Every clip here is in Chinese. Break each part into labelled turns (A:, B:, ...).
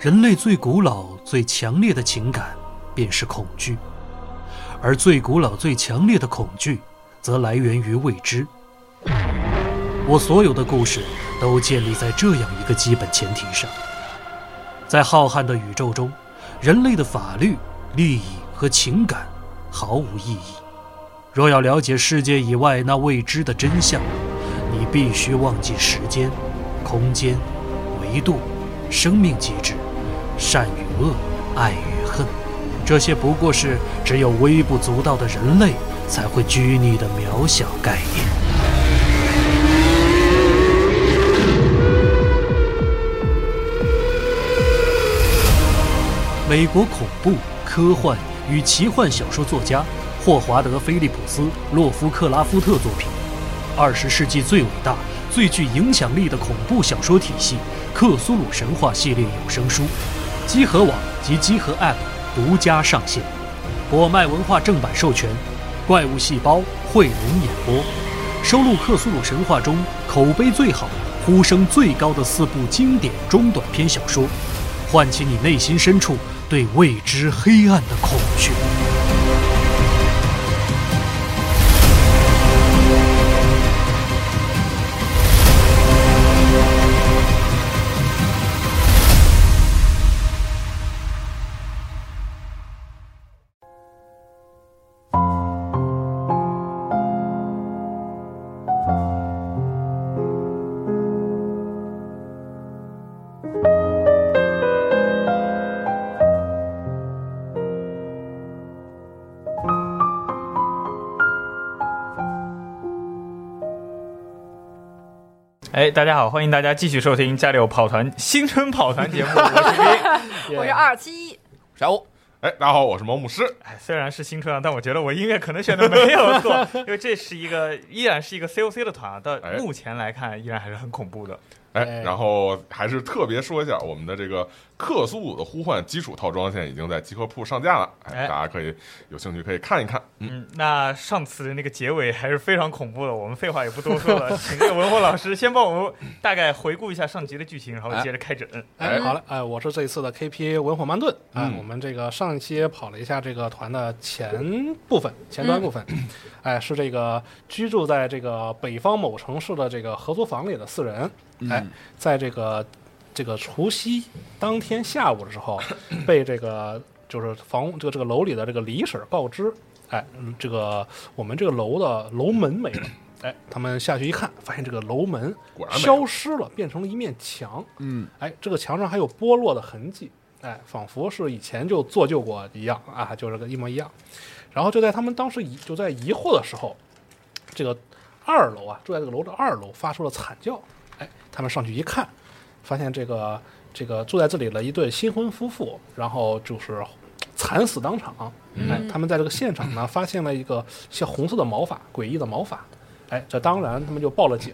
A: 人类最古老、最强烈的情感便是恐惧，而最古老、最强烈的恐惧，则来源于未知。我所有的故事都建立在这样一个基本前提上：在浩瀚的宇宙中，人类的法律、利益和情感毫无意义。若要了解世界以外那未知的真相，你必须忘记时间、空间、维度、生命机制、善与恶、爱与恨，这些不过是只有微不足道的人类才会拘泥的渺小概念。美国恐怖、科幻与奇幻小说作家霍华德·菲利普斯·洛夫克拉夫特作品。二十世纪最伟大、最具影响力的恐怖小说体系《克苏鲁神话》系列有声书，集合网及集合 App 独家上线，果麦文化正版授权，怪物细胞汇龙演播，收录《克苏鲁神话》中口碑最好、呼声最高的四部经典中短篇小说，唤起你内心深处对未知黑暗的恐惧。
B: 哎，大家好，欢迎大家继续收听《加六跑团新春跑团》 节目，我是冰。
C: 我是二七，
D: 啥物？哎，大家好，我是毛牧师。
B: 哎虽然是新春啊，但我觉得我音乐可能选的没有错， 因为这是一个依然是一个 COC 的团啊，到
D: 哎
B: 目前来看依然还是很恐怖的。
D: 哎，然后还是特别说一下，我们的这个《克苏鲁的呼唤》基础套装现在已经在集合铺上架了，
B: 哎
D: 哎，大家可以有兴趣可以看一看。嗯，
B: 嗯，那上次的那个结尾还是非常恐怖的，我们废话也不多说了，请这个文化老师先帮我们大概回顾一下上集的剧情，然后接着开整。
E: 哎，
C: 嗯
D: 哎
E: 好了，哎，我是这一次的 KPA 文火慢炖啊、
D: 嗯
E: 我们这个上一期跑了一下这个团的前部分、前
C: 嗯
E: 端部分，哎，是这个居住在这个北方某城市的这个合租房里的四人，
D: 嗯
E: 哎，在这个这个除夕当天下午的时 候，被这个就是房这个这个楼里的这个李婶告知，哎，嗯这个我们这个楼的楼门没 了。哎，他们下去一看，发现这个楼门
D: 果然没有
E: 消失了，变成了一面墙。
F: 嗯，
E: 哎，这个墙上还有剥落的痕迹，哎，仿佛是以前就做旧过一样啊，就是个一模一样。然后就在他们当时疑就在疑惑的时候，这个二楼啊，住在这个楼的二楼发出了惨叫，哎，他们上去一看，发现这个这个住在这里的一对新婚夫妇，然后就是惨死当场。哎，他们在这个现场呢，发现了一个像红色的毛发，诡异的毛发。哎，这当然他们就报了警。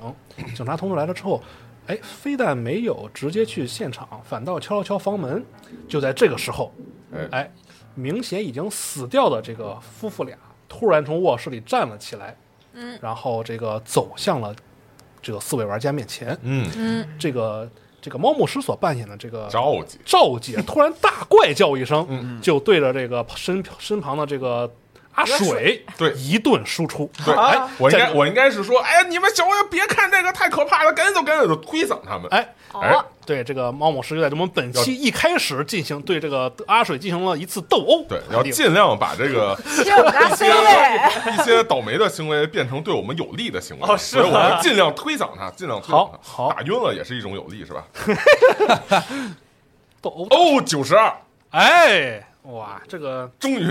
E: 警察同志来了之后，哎，非但没有直接去现场，反倒敲了敲房门。就在这个时候，
D: 哎，
E: 哎，明显已经死掉的这个夫妇俩突然从卧室里站了起来，
C: 嗯，
E: 然后这个走向了这个四位玩家面前。
D: 嗯，
C: 嗯，
E: 这个这个猫牧师所扮演的这个
D: 着急，
E: 赵姐突然大怪叫一声，
D: 嗯
E: 就对着这个身身旁的这个阿水
D: 对
E: 一顿输出。
D: 对，哎，我应
E: 这
D: 该
E: 个
D: 我应该是说，哎呀，你们小朋友别看这个太可怕了，赶紧走，赶紧走，推搡他们。
E: 哎，
D: 哎，
C: 哦，
E: 对这个猫牧师就在我们本期一开始进行对这个阿水进行了一次斗殴。
D: 对，要尽量把这 个
C: 这我们飞嘞，
D: 一些倒霉的行为变成对我们有利的行为，
B: 哦是
D: 所
B: 吗
D: 以我们尽量推搡他，尽量推搡他。
E: 好好
D: 打晕了也是一种有利，是吧？
E: 斗殴。
D: 哦，九十二，
E: 哎，哇，这个
D: 终于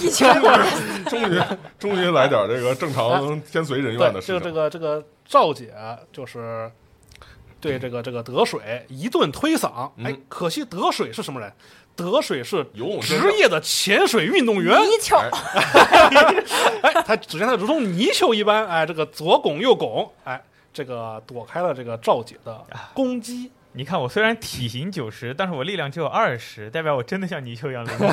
C: 一拳打死
D: 终于终于来点这个正常天随人愿的
E: 对
D: 事
E: 这个
D: 情。
E: 这个这个赵姐就是。对这个这个德水一顿推搡，哎，可惜德水是什么人？德水是
D: 嗯游泳健将
E: 职业的潜水运动员，
C: 泥
D: 哎
C: 鳅，
E: 哎，他只见他如同泥鳅一般，哎，这个左拱右拱，哎，这个躲开了这个赵姐的攻击，
B: 你看我虽然体型九十，但是我力量只有二十，代表我真的像泥鳅一样灵活。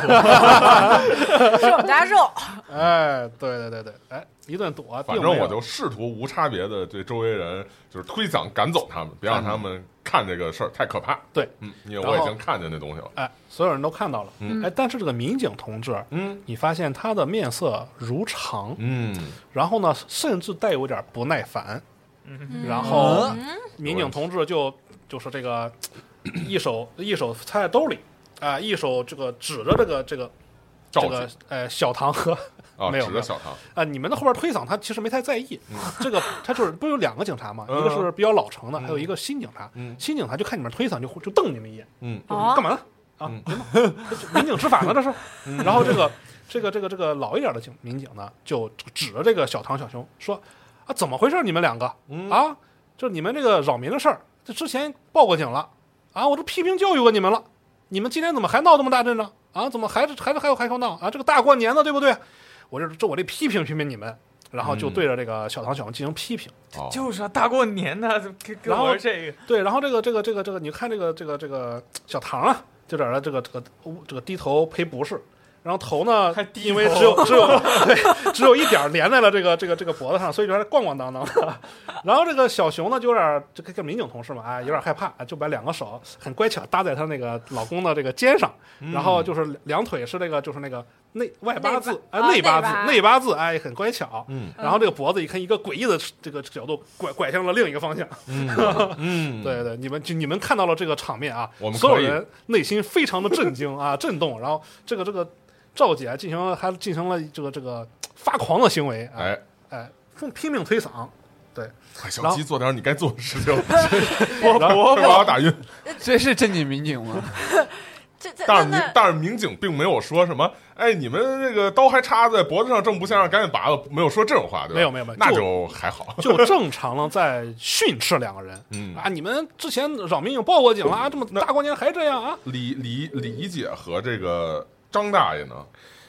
C: 是我们家肉，
E: 哎，对对对对，哎，一顿躲，
D: 反
E: 并
D: 正
E: 没有
D: 我就试图无差别的对周围人就是推搡赶走他们，别让他们看这个事儿太可怕。
E: 对，
D: 嗯，因为
E: 然后
D: 我已经看见那东西了。
E: 哎，所有人都看到了，
D: 嗯
E: 哎，但是这个民警同志，
D: 嗯
E: 你发现他的面色如常，
D: 嗯，
E: 然后呢，甚至带有点不耐烦，
B: 嗯
E: 然后
C: 嗯
E: 民警同志就就是这个一手一手插在兜里啊、一手这个指着这个这个
D: 赵
E: 这
D: 警
E: 个呃小唐和啊、
D: 啊，
E: 没有
D: 指
E: 没
D: 着
E: 有
D: 小唐，
E: 呃你们的后边推搡，他其实没太在意。这个他就是不是有两个警察嘛，
D: 嗯
E: 一个是比较老成的，还有一个新警察。
D: 嗯
E: 新警察就看你们推搿就就瞪你们一眼，
D: 嗯
E: 就是
C: 哦
E: 干嘛呢？啊，
D: 嗯
E: 民 民警执法呢这是。然后这个这个这个这个老一点的警民警呢，就指着这个小唐小熊说：“啊，怎么回事？你们两个啊，就你们这个扰民的事儿，这之前报过警了啊，我都批评教育过你们了，你们今天怎么还闹这么大阵仗啊？怎么还是还是还有还有闹啊？这个大过年的，对不对？我这这我这批评批评你们。”然后就对着这个小唐小熊进行批评，
D: 哦，
B: 就是啊，大过年的，怎么跟跟
E: 然后
B: 我玩这个，
E: 对，然后这个这个这个这个，你看这个这个这个小唐啊，就在那这个这个这个低头赔不是，然后头呢
B: 还，低
E: 因为
B: 头
E: 只有只有对，只有一点儿连在了这个这个这个脖子上，所以就还咣咣当当的。然后这个小熊呢，就有点儿这个这个民警同事嘛，啊，有点儿害怕，就把两个手很乖巧地搭在她那个老公的这个肩上，
B: 嗯
E: 然后就是两两腿是那个就是那个内外八字
C: 内八
E: 啊内八
C: 内八
E: 字内八字，哎，很乖巧。
D: 嗯
E: 然后这个脖子一看一个诡异的这个角度拐拐向了另一个方向。
D: 嗯嗯，
E: 对对，你们就你们看到了这个场面啊，
D: 我们
E: 所有
D: 可以
E: 人内心非常的震惊啊， 震动。然后这个这个赵姐进行了还进行了这个这个发狂的行为，哎
D: 哎，
E: 哎，拼拼命推搡，对，
D: 哎小
E: 然后
D: 鸡做点你该做 的事情，
E: 我
D: 然后 把我打晕。
F: 这是正经民警吗？
C: 这 这
D: 但是
C: 真
D: 民
C: 的
D: 但是民警并没有说什么，哎，你们那个刀还插在脖子上，正不像样，赶紧拔了，没有说这种话，对吧？
E: 没有没有没有
D: 那
E: 就
D: 就还好。
E: 就正常了在训斥两个人。
D: 嗯
E: 啊！你们之前扰民有报过警了啊？这么大过年还这样啊？
D: 李李李姐和这个张大爷呢？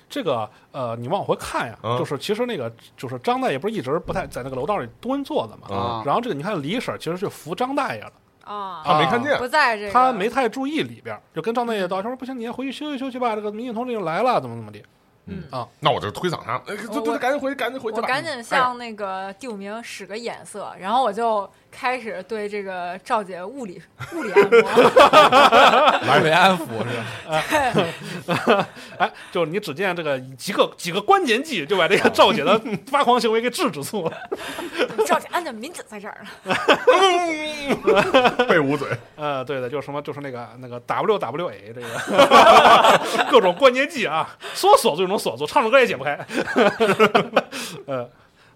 E: 这个呃，你往回看呀，
D: 嗯
E: 就是其实那个就是张大爷不是一直不太在那个楼道里蹲坐的嘛？
D: 嗯
F: 啊
E: 然后这个你看李婶儿其实是扶张大爷了，
C: 啊，
D: 他没看见，
C: 不在这个，
E: 他没太注意里边儿，就跟张大爷道：“他说不行，你先回去休息休息吧，这个民警同志已经来了，怎么怎么地。
D: 那我就推搿他，哎，对对，
C: 我
D: 赶紧回去，赶紧回去
C: 我
D: 吧。
C: 赶紧向那个第五名使个眼色，然后我就开始对这个赵姐物理物理按摩，
F: 玩没安抚是吧？
E: 哎，就是你只见这个几个几个关键技就把这个赵姐的发狂行为给制止住 了。
C: 赵姐按着民警在这儿呢，
D: 哎被捂嘴，
E: 呃，对的，就是什么就是那个那个 W W A 这个 各种关键技啊，说锁住就能锁住，唱着歌也解不开。 呃，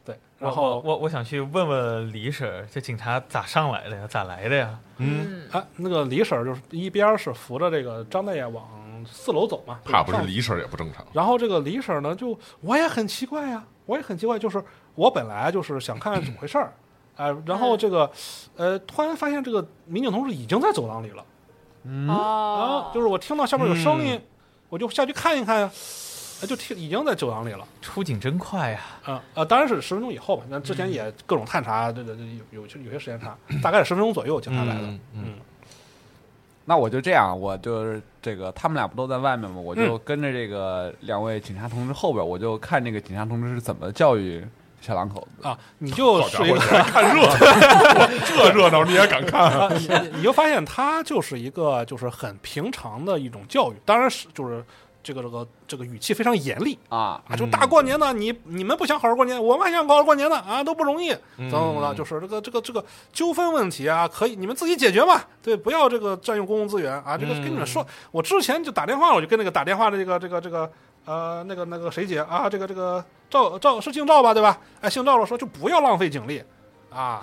E: 对，
B: 我
E: 然后
B: 我我想去问问李婶，这警察咋上来的呀？咋来的呀？
C: 嗯，
E: 啊，那个李婶儿就是一边儿是扶着这个张大爷往四楼走嘛，
D: 怕不是
E: 上
D: 李婶也不正常。
E: 然后这个李婶儿呢，就我也很奇怪呀、我也很奇怪，就是我本来就是想看看怎么回事儿，
D: 嗯
E: 哎、然后这个，呃，突然发现这个民警同志已经在走廊里了，
C: 哦
D: 哦
E: 啊，，就是我听到下面有声
D: 嗯
E: 音，我就下去看一看呀、哎就听已经在走廊里了，
B: 出警真快呀！
E: 啊、呃，当然是十分钟以后吧，那
D: 嗯
E: 之前也各种探查，这个这个有有有些时间差，大概是十分钟左右警察来的，
D: 嗯
E: 嗯
F: 那我就这样，我就是这个，他们俩不都在外面吗？我
D: 嗯
F: 就跟着这个两位警察同志后边，我就看这个警察同志是怎么教育小两口子。
E: 啊，你就
D: 好家
E: 是一
D: 伙，
E: 个
D: 你还看热闹，这热闹你也敢看？
E: 啊，你 你就发现他就是一个就是很平常的一种教育，当然是就是这个这个这个语气非常严厉
F: 啊，
E: 啊，就大过年的你你们不想好好过年，我们还想好好过年呢啊，都不容易，怎么怎么的，就是这个这个这个纠纷问题啊，可以你们自己解决嘛，对，不要这个占用公共资源啊，这个跟你们说，我之前就打电话，我就跟那个打电话的这个这个这个。呃，那个那个谁姐啊，这个这个赵赵是姓赵吧，对吧？哎，姓赵的说就不要浪费警力，啊，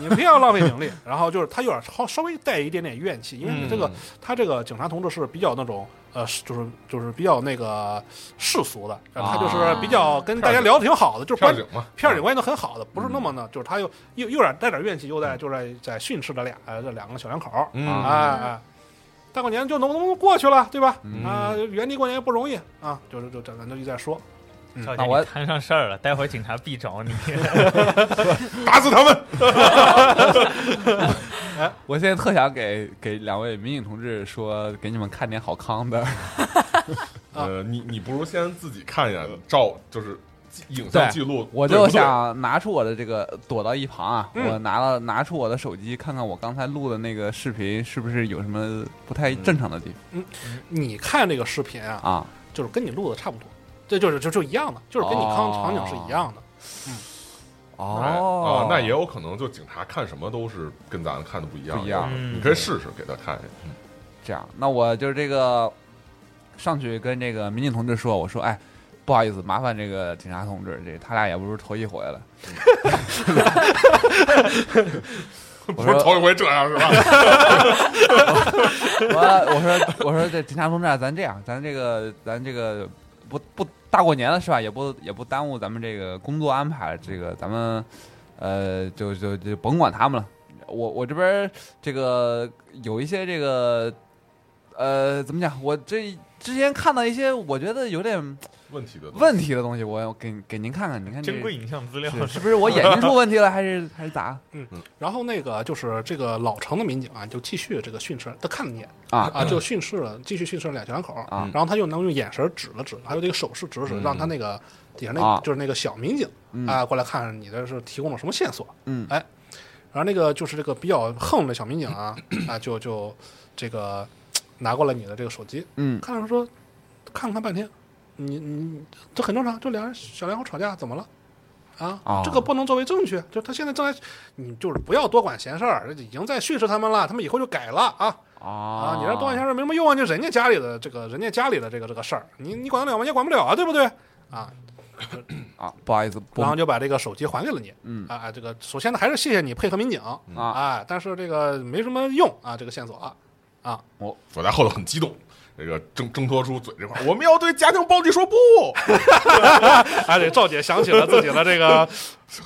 E: 你不要浪费警力。 然后就是他有点超稍微带一点点怨气，因为这个、
D: 嗯
E: 他这个警察同志是比较那种呃，是就是就是比较那个世俗的，呃他就是比较跟大家聊的挺好的，就是
D: 片
E: 关
D: 警嘛，
E: 片儿里关系都很好的，不是那么呢，就是他又又又点带点怨气，又在就在在训斥着俩呃这两个小两口儿，
D: 嗯
F: 啊
E: 哎哎，大过年就能不能过去了，对吧？
F: 嗯
E: 啊，原地过年不容易啊，就是就咱咱就一直在说，嗯
B: 赵姐，
F: 那我
B: 你摊上事儿了，待会儿警察必找你。
D: 打死他们！
F: 我现在特想给给两位民警同志说，给你们看点好康 的。
D: 呃，你你不如先自己看一眼照，就是记影像
F: 对
D: 记录，
F: 我
D: 对嗯
F: 就
D: 不对
F: 想拿出我的这个躲到一旁啊，我拿了拿出我的手机，看看我刚才录的那个视频是不是有什么不太正常的地
E: 你看这个视频啊，
F: 方啊？
E: 就是跟你录的差不多，这就是就就一样的，就是跟你看
F: 哦
E: 场景是一样的。
D: 哎啊，
F: 哦
D: 那也有可能，就警察看什么都是跟咱看的不一样。
F: 不一样
E: 嗯
D: 你可以试试给他看一眼。嗯
F: 这样。那我就是这个上去跟这个民警同志说，我说哎。不好意思，麻烦这个警察同志，这他俩也不是头一回了。
D: 不是头一回这啊样是 吧？
F: 我我说我说这警察同志啊，咱这样，咱这个咱这个不不大过年了是吧？也不也不耽误咱们这个工作安排，这个咱们呃就就就甭管他们了。我我这边儿这个有一些这个呃怎么讲？我这之前看到一些我觉得有点
D: 问题的
F: 问题的东西，我要给给您看看，您看这
B: 珍贵影像资料
F: 是是不是我眼睛出问题了，还是 还是咋
E: 然后那个就是这个老城的民警啊，就继续这个训斥，他看着你
F: 啊？
E: 啊，就训斥了，继续训斥了两小两口儿
F: 啊嗯
E: 然后他又能用眼神指了指，还有这个手势指了指，让他那个底下那、
F: 啊
E: 就是那个小民警
F: 嗯
E: 啊过来看你这是提供了什么线索。哎
F: 嗯
E: 然后那个就是这个比较横的小民警啊啊，就就这个拿过来你的这个手机，
F: 嗯
E: 看着说看了看半天，你你这很正常，就两人小两口吵架怎么了？啊，
F: 哦
E: 这个不能作为证据，就他现在正在，你就是不要多管闲事儿，已经在训斥他们了，他们以后就改了啊。
F: 啊
E: 啊，你这多管闲事没什么用啊，就人家家里的这个人家家里的这个这个事儿，你你管得了吗？你也管不了啊，对不对？啊，
F: 啊，不好意思，不
E: 然后就把这个手机还给了你。
F: 嗯
E: 啊啊，这个首先呢，还是谢谢你配合民警
F: 啊
E: 啊，但是这个没什么用啊，这个线索啊，
D: 我在后头很激动，这个挣挣脱出嘴这块儿，我们要对家庭暴力说不，
E: 哎，这赵姐想起了自己的这 个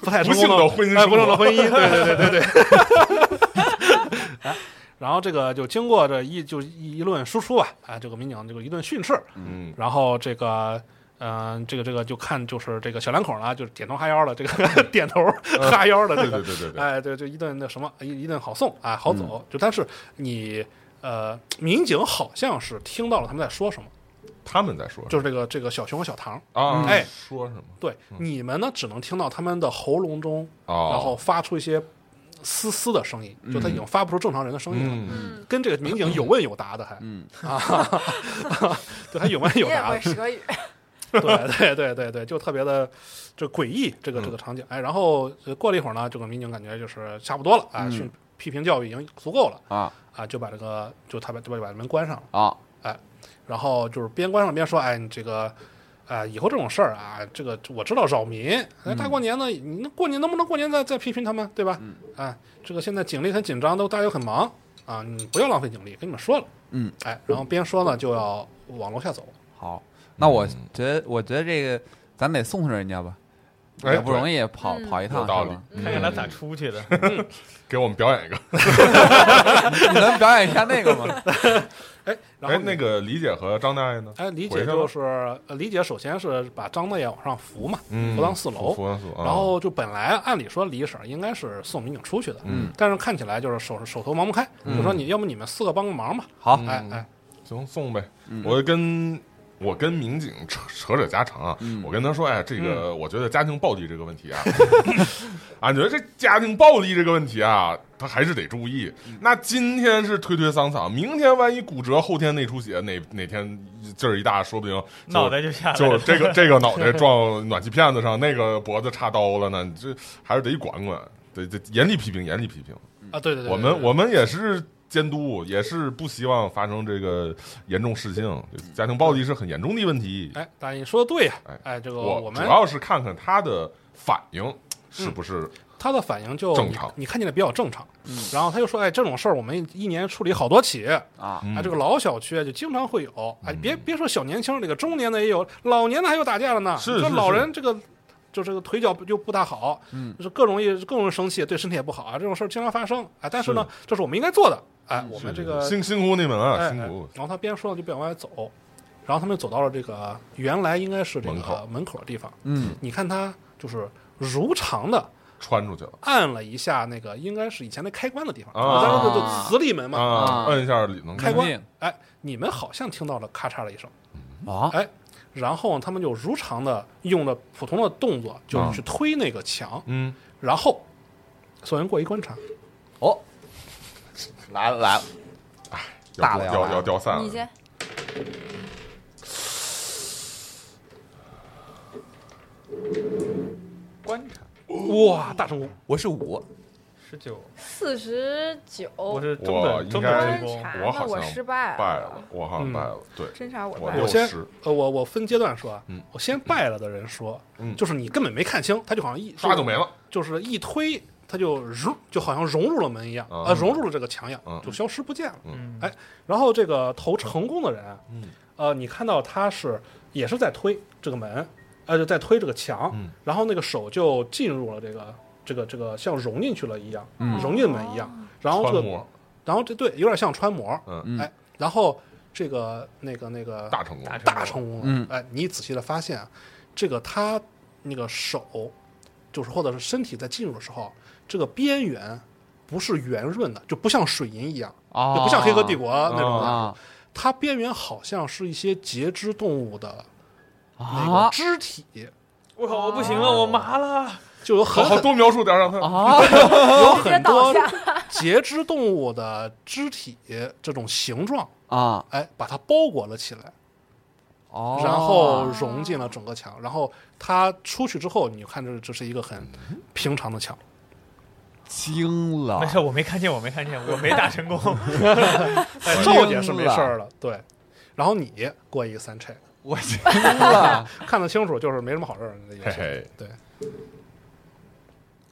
E: 不太成功
D: 不幸的婚姻
E: 哎，
D: 生
E: 不幸的
D: 活
E: 婚姻，对对对对对。 哎然后这个就经过这一就一一论输出吧，啊，这个民警这个一顿训斥，
D: 嗯，
E: 然后这个，嗯、这个这个就看就是这个小两口呢，就是点头哈腰的，这个 点头哈腰的这
D: 嗯对
E: 个，
D: 对对 对对，嗯
E: 哎，对，就一顿那什么，一一顿好送啊，好走。就但是你呃，民警好像是听到了他们在说什么，
D: 他们在说什
E: 就是这个这个小熊和小唐，
D: 么啊，
E: 哎
D: 说什么？
E: 对、你们呢只能听到他们的喉咙中，
D: 哦
E: 然后发出一些嘶嘶的声音，就他已经发不出正常人的声音了。
D: 嗯，
E: 跟这个民警有问有答的还，
F: 嗯
E: 啊， 对，还有问
C: 你
E: 有
C: 也
E: 答的
C: 会，舌语，
E: 对对对对对，就特别的就诡异这个这个场景。哎，然后呃过了一会儿呢，这个民警感觉就是差不多了啊，
F: 嗯
E: 训批评教育已经足够了
F: 啊
E: 啊，就把这个就他把就把就把门关上了，
F: 啊
E: 然后就是边关上边说，哎，你这个。啊，以后这种事儿啊，这个我知道扰民。哎，大过年呢，你那过年能不能过年再再批评他们，对吧？啊，这个现在警力很紧张，都大家又很忙啊，你不要浪费警力，跟你们说了。
F: 嗯，
E: 哎，然后边说呢就要往楼下走。
F: 好，那我觉得，我觉得这个咱得送送人家吧，
D: 哎
F: 也不容易跑
C: 嗯
F: 跑一趟，
D: 有道理
F: 是吧
B: 看看他咋出去的。
D: 给我们表演一个。
F: 你能表演一下那个 吗？
E: 哎，然
D: 哎
E: 后，
D: 那个李姐和张大爷呢？
E: 哎，理解
D: 回去了
E: 就是，呃理解首先是把张大爷往上扶嘛，
D: 嗯，哦
E: 扶到四楼。
D: 服务四楼，啊
E: 然后就本来按理说李婶儿应该是送民警出去的，
D: 嗯，
E: 但是看起来就是手手头忙不开，就说你要不你们四个帮个忙吧，
F: 好，
D: 嗯
E: 哎哎，
D: 行送呗，我跟。我跟民警扯扯扯家常啊，我跟他说，哎，这个我觉得家庭暴力这个问题啊， 俺觉得这家庭暴力这个问题啊，他还是得注意。那今天是推推搡搡，明天万一骨折，后天内出血，哪哪天劲儿一大，说不定就
B: 脑袋就下来
D: 就
B: 了，
D: 这个这个脑袋撞暖气片子上，那个脖子插刀了呢，你这还是得管管，得得严厉批评，严厉批评。
E: 啊，对对对，
D: 我们
E: 对
D: 我们也是监督，也是不希望发生这个严重事情，家庭暴力是很严重的问题。
E: 哎，大爷你说的对呀
D: 哎，
E: 哎，这个
D: 我主
E: 们
D: 要是看看他的反应是不是
E: 他的反应就
D: 正
E: 你
D: 常
E: 你看起来比较正常，然后他就说，哎，这种事儿我们一年处理好多起，
F: 啊，
D: 嗯
E: 哎，这个老小区啊就经常会有，哎，别别说小年轻，这个中年的也有，老年的还有打架的呢。
D: 是
E: 你说
D: 是
E: 老
D: 是
E: 人这个就这个腿脚就不大好，嗯，就是更容易更容易生气，对身体也不好啊。这种事儿经常发生，哎，但是呢，这是我们应该做的，
D: 嗯
E: 哎，我们这个
D: 辛辛苦你们
E: 哎
D: 啊，
E: 哎
D: 辛苦。
E: 然后他边说呢就边往外走，然后他们就走到了这个原来应该是这
D: 门
E: 个
D: 口
E: 门口的地方，
F: 嗯
E: 你看他就是如常的
D: 穿出去了
E: 按了一下那个应该是以前那开关的地方，
D: 啊
E: 我当时就就死里门嘛，
D: 啊
C: 嗯
F: 啊，
D: 摁一下里能
E: 开
D: 开。
E: 关，哎，你们好像听到了咔嚓的一声，
F: 啊
E: 哎，然后他们就如常的用了普通的动作，就去推那个墙，
D: 嗯，
E: 然后所有人过一观察，
F: 哦，来了来了，
D: 要
F: 大了
D: 要
F: 要来了
D: 要掉散
C: 你
D: 了，
C: 先，
B: 观察
D: 啊
E: 哇，大声呼，
F: 我是五，
B: 十九，
C: 四十九，
B: 我是中
D: 我
B: 等
D: 应
B: 中
D: 该
B: 等
C: 观
B: 成功
C: 察，，
D: 我
C: 那
D: 好像
C: 失败
D: 败了，，我好像
E: 嗯
D: 败了，对，
C: 侦查我
D: 哎我
C: 败
D: 六
E: 我
C: 了，
E: 先
D: 十
E: 呃，我我分阶段说啊，
D: 嗯
E: 我先败了的人说，
D: 嗯
E: 就是你根本没看清，他就好像一
D: 刷就没了，
E: 就是一推，它就融，就好像融入了门一样，
D: 啊
E: 呃，融入了这个墙一样
D: 嗯，
E: 就消失不见了。
B: 嗯
E: 哎然后这个投成功的人啊，
D: 嗯
E: 呃，你看到他是也是在推这个门，呃，就在推这个墙，
D: 嗯
E: 然后那个手就进入了这个这个这个像融进去了一样，
F: 嗯
E: 融进门一样。然后这个，
D: 穿模，
E: 然后这对有点像穿模，
D: 嗯，
E: 哎，然后这个那个那个
D: 大成功，
E: 大成功了。
F: 嗯
E: 哎，你仔细的发现啊，这个他那个手，就是或者是身体在进入的时候，这个边缘不是圆润的，就不像水银一样，
D: 哦
F: 啊，
E: 就不像黑客帝国那种的，
F: 啊
E: 它边缘好像是一些节肢动物的那
F: 啊
E: 个肢体，
B: 我靠，我不行了，我麻了，
E: 就有
D: 好
E: 很
D: 好
E: 很
D: 多描述点让
E: 哦
D: 他
F: 啊，
E: 有
C: 直接
E: 很多
C: 倒下，
E: 节肢动物的肢体这种形状，
F: 啊，
E: 哎，把它包裹了起来。
F: 哦，
E: 然后融进了整个墙。然后它出去之后，你就看这这是一个很
D: 嗯
E: 平常的墙。
F: 惊了
B: 没，事，我没看见，我没看见，我没打成功，
E: 哎，赵姐是没事儿了，对。然后你过一个三 check，
F: 我惊了，
E: 看得清楚，就是没什么好事儿的游
D: 嘿
E: 戏。
D: 嘿，
E: 对，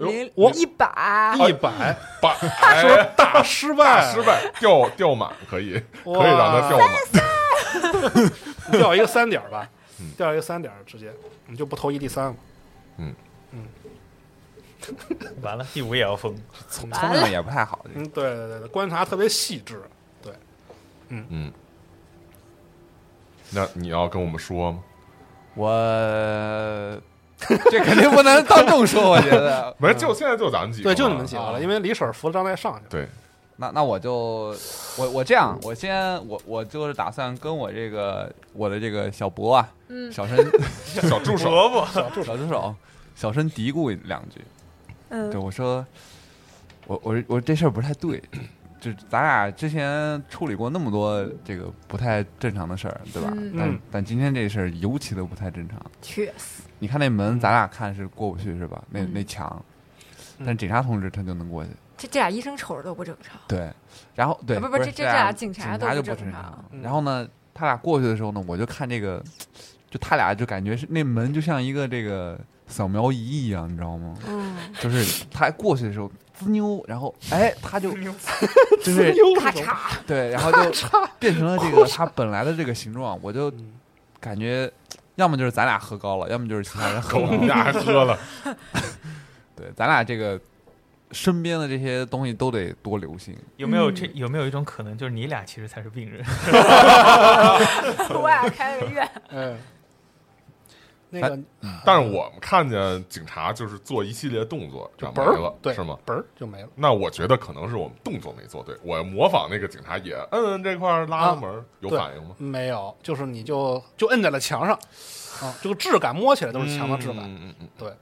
C: 零
E: 我
C: 一百，
D: 哎
E: 一百
D: 把
E: 是不是大失败，
D: 哎失败掉掉满可以，可
E: 哇
D: 以让他掉满，
E: 掉一个三点儿吧，
D: 嗯
E: 掉一个三点儿直接，你就不投一 d 三了。
B: 完了，第五也要封，
F: 聪聪明也不太好，
E: 嗯，对对对对，观察特别细致。对，
D: 嗯。那你要跟我们说吗？
F: 我这肯定不能当众说，我觉得，
D: 没，就现在就咱们几个
E: 对，
D: 嘛，
E: 就你们几个
F: 啊
E: 了，因为李婶儿扶着张太上去了。
D: 对，
F: 那那我就我我这样，我先我我就是打算跟我这个我的这个小博啊，
C: 嗯
F: 小声
D: 小助 手，
B: 萝卜，
F: 小助手小声嘀咕两句，对
C: 嗯，
F: 我说，我我我这事儿不太对，就咱俩之前处理过那么多这个不太正常的事儿，对吧？
C: 嗯
F: 但
E: 嗯
F: 但今天这事儿尤其的不太正常。
C: 确实，
F: 你看那门，咱俩看是过不去是吧？那
C: 嗯
F: 那墙，
E: 嗯
F: 但警察同志他就能过去。
C: 这这俩医生瞅着都不正常，
F: 对，然后对，
C: 啊不不
F: 是
C: 这这
F: 俩
C: 这俩
F: 警
C: 警察
F: 就
C: 都
F: 不
C: 不
F: 正
C: 正常
E: 嗯
F: 然后呢，他俩过去的时候呢，我就看这个，就他俩就感觉是那门就像一个这个扫描仪一样，你知道吗？
C: 嗯，
F: 就是他过去的时候 滋妞，然后哎，他就 就是
E: 咔
C: 咔嚓，
F: 对， 然后就变成了这个他本来的这个形状，我就
C: 嗯
F: 感觉。要么就是咱俩喝高了，要么就是其他人喝
D: 狗
F: 高 了
D: 你。俩还喝了，
F: 对，咱俩这个身边的这些东西都得多留心。
B: 有没有这有没有一种可能，就是你俩其实才是病人？
C: 我俩开个院，
E: 嗯，那
D: 哎
E: 个
D: 但是我们看见警察就是做一系列动作，
E: 就
D: 然后
E: 嘣
D: 没
E: 儿
D: 了，，
E: 对，
D: 是吗？？
E: 嘣儿就没了。
D: 那我觉得可能是我们动作没做对，我模仿那个警察也摁摁这块儿拉拉门儿，有
E: 啊对
D: 反应吗？
E: 没有，就是你就就摁在了墙上，啊，这个质感摸起来都是墙的质感。
D: 嗯嗯嗯
E: 对。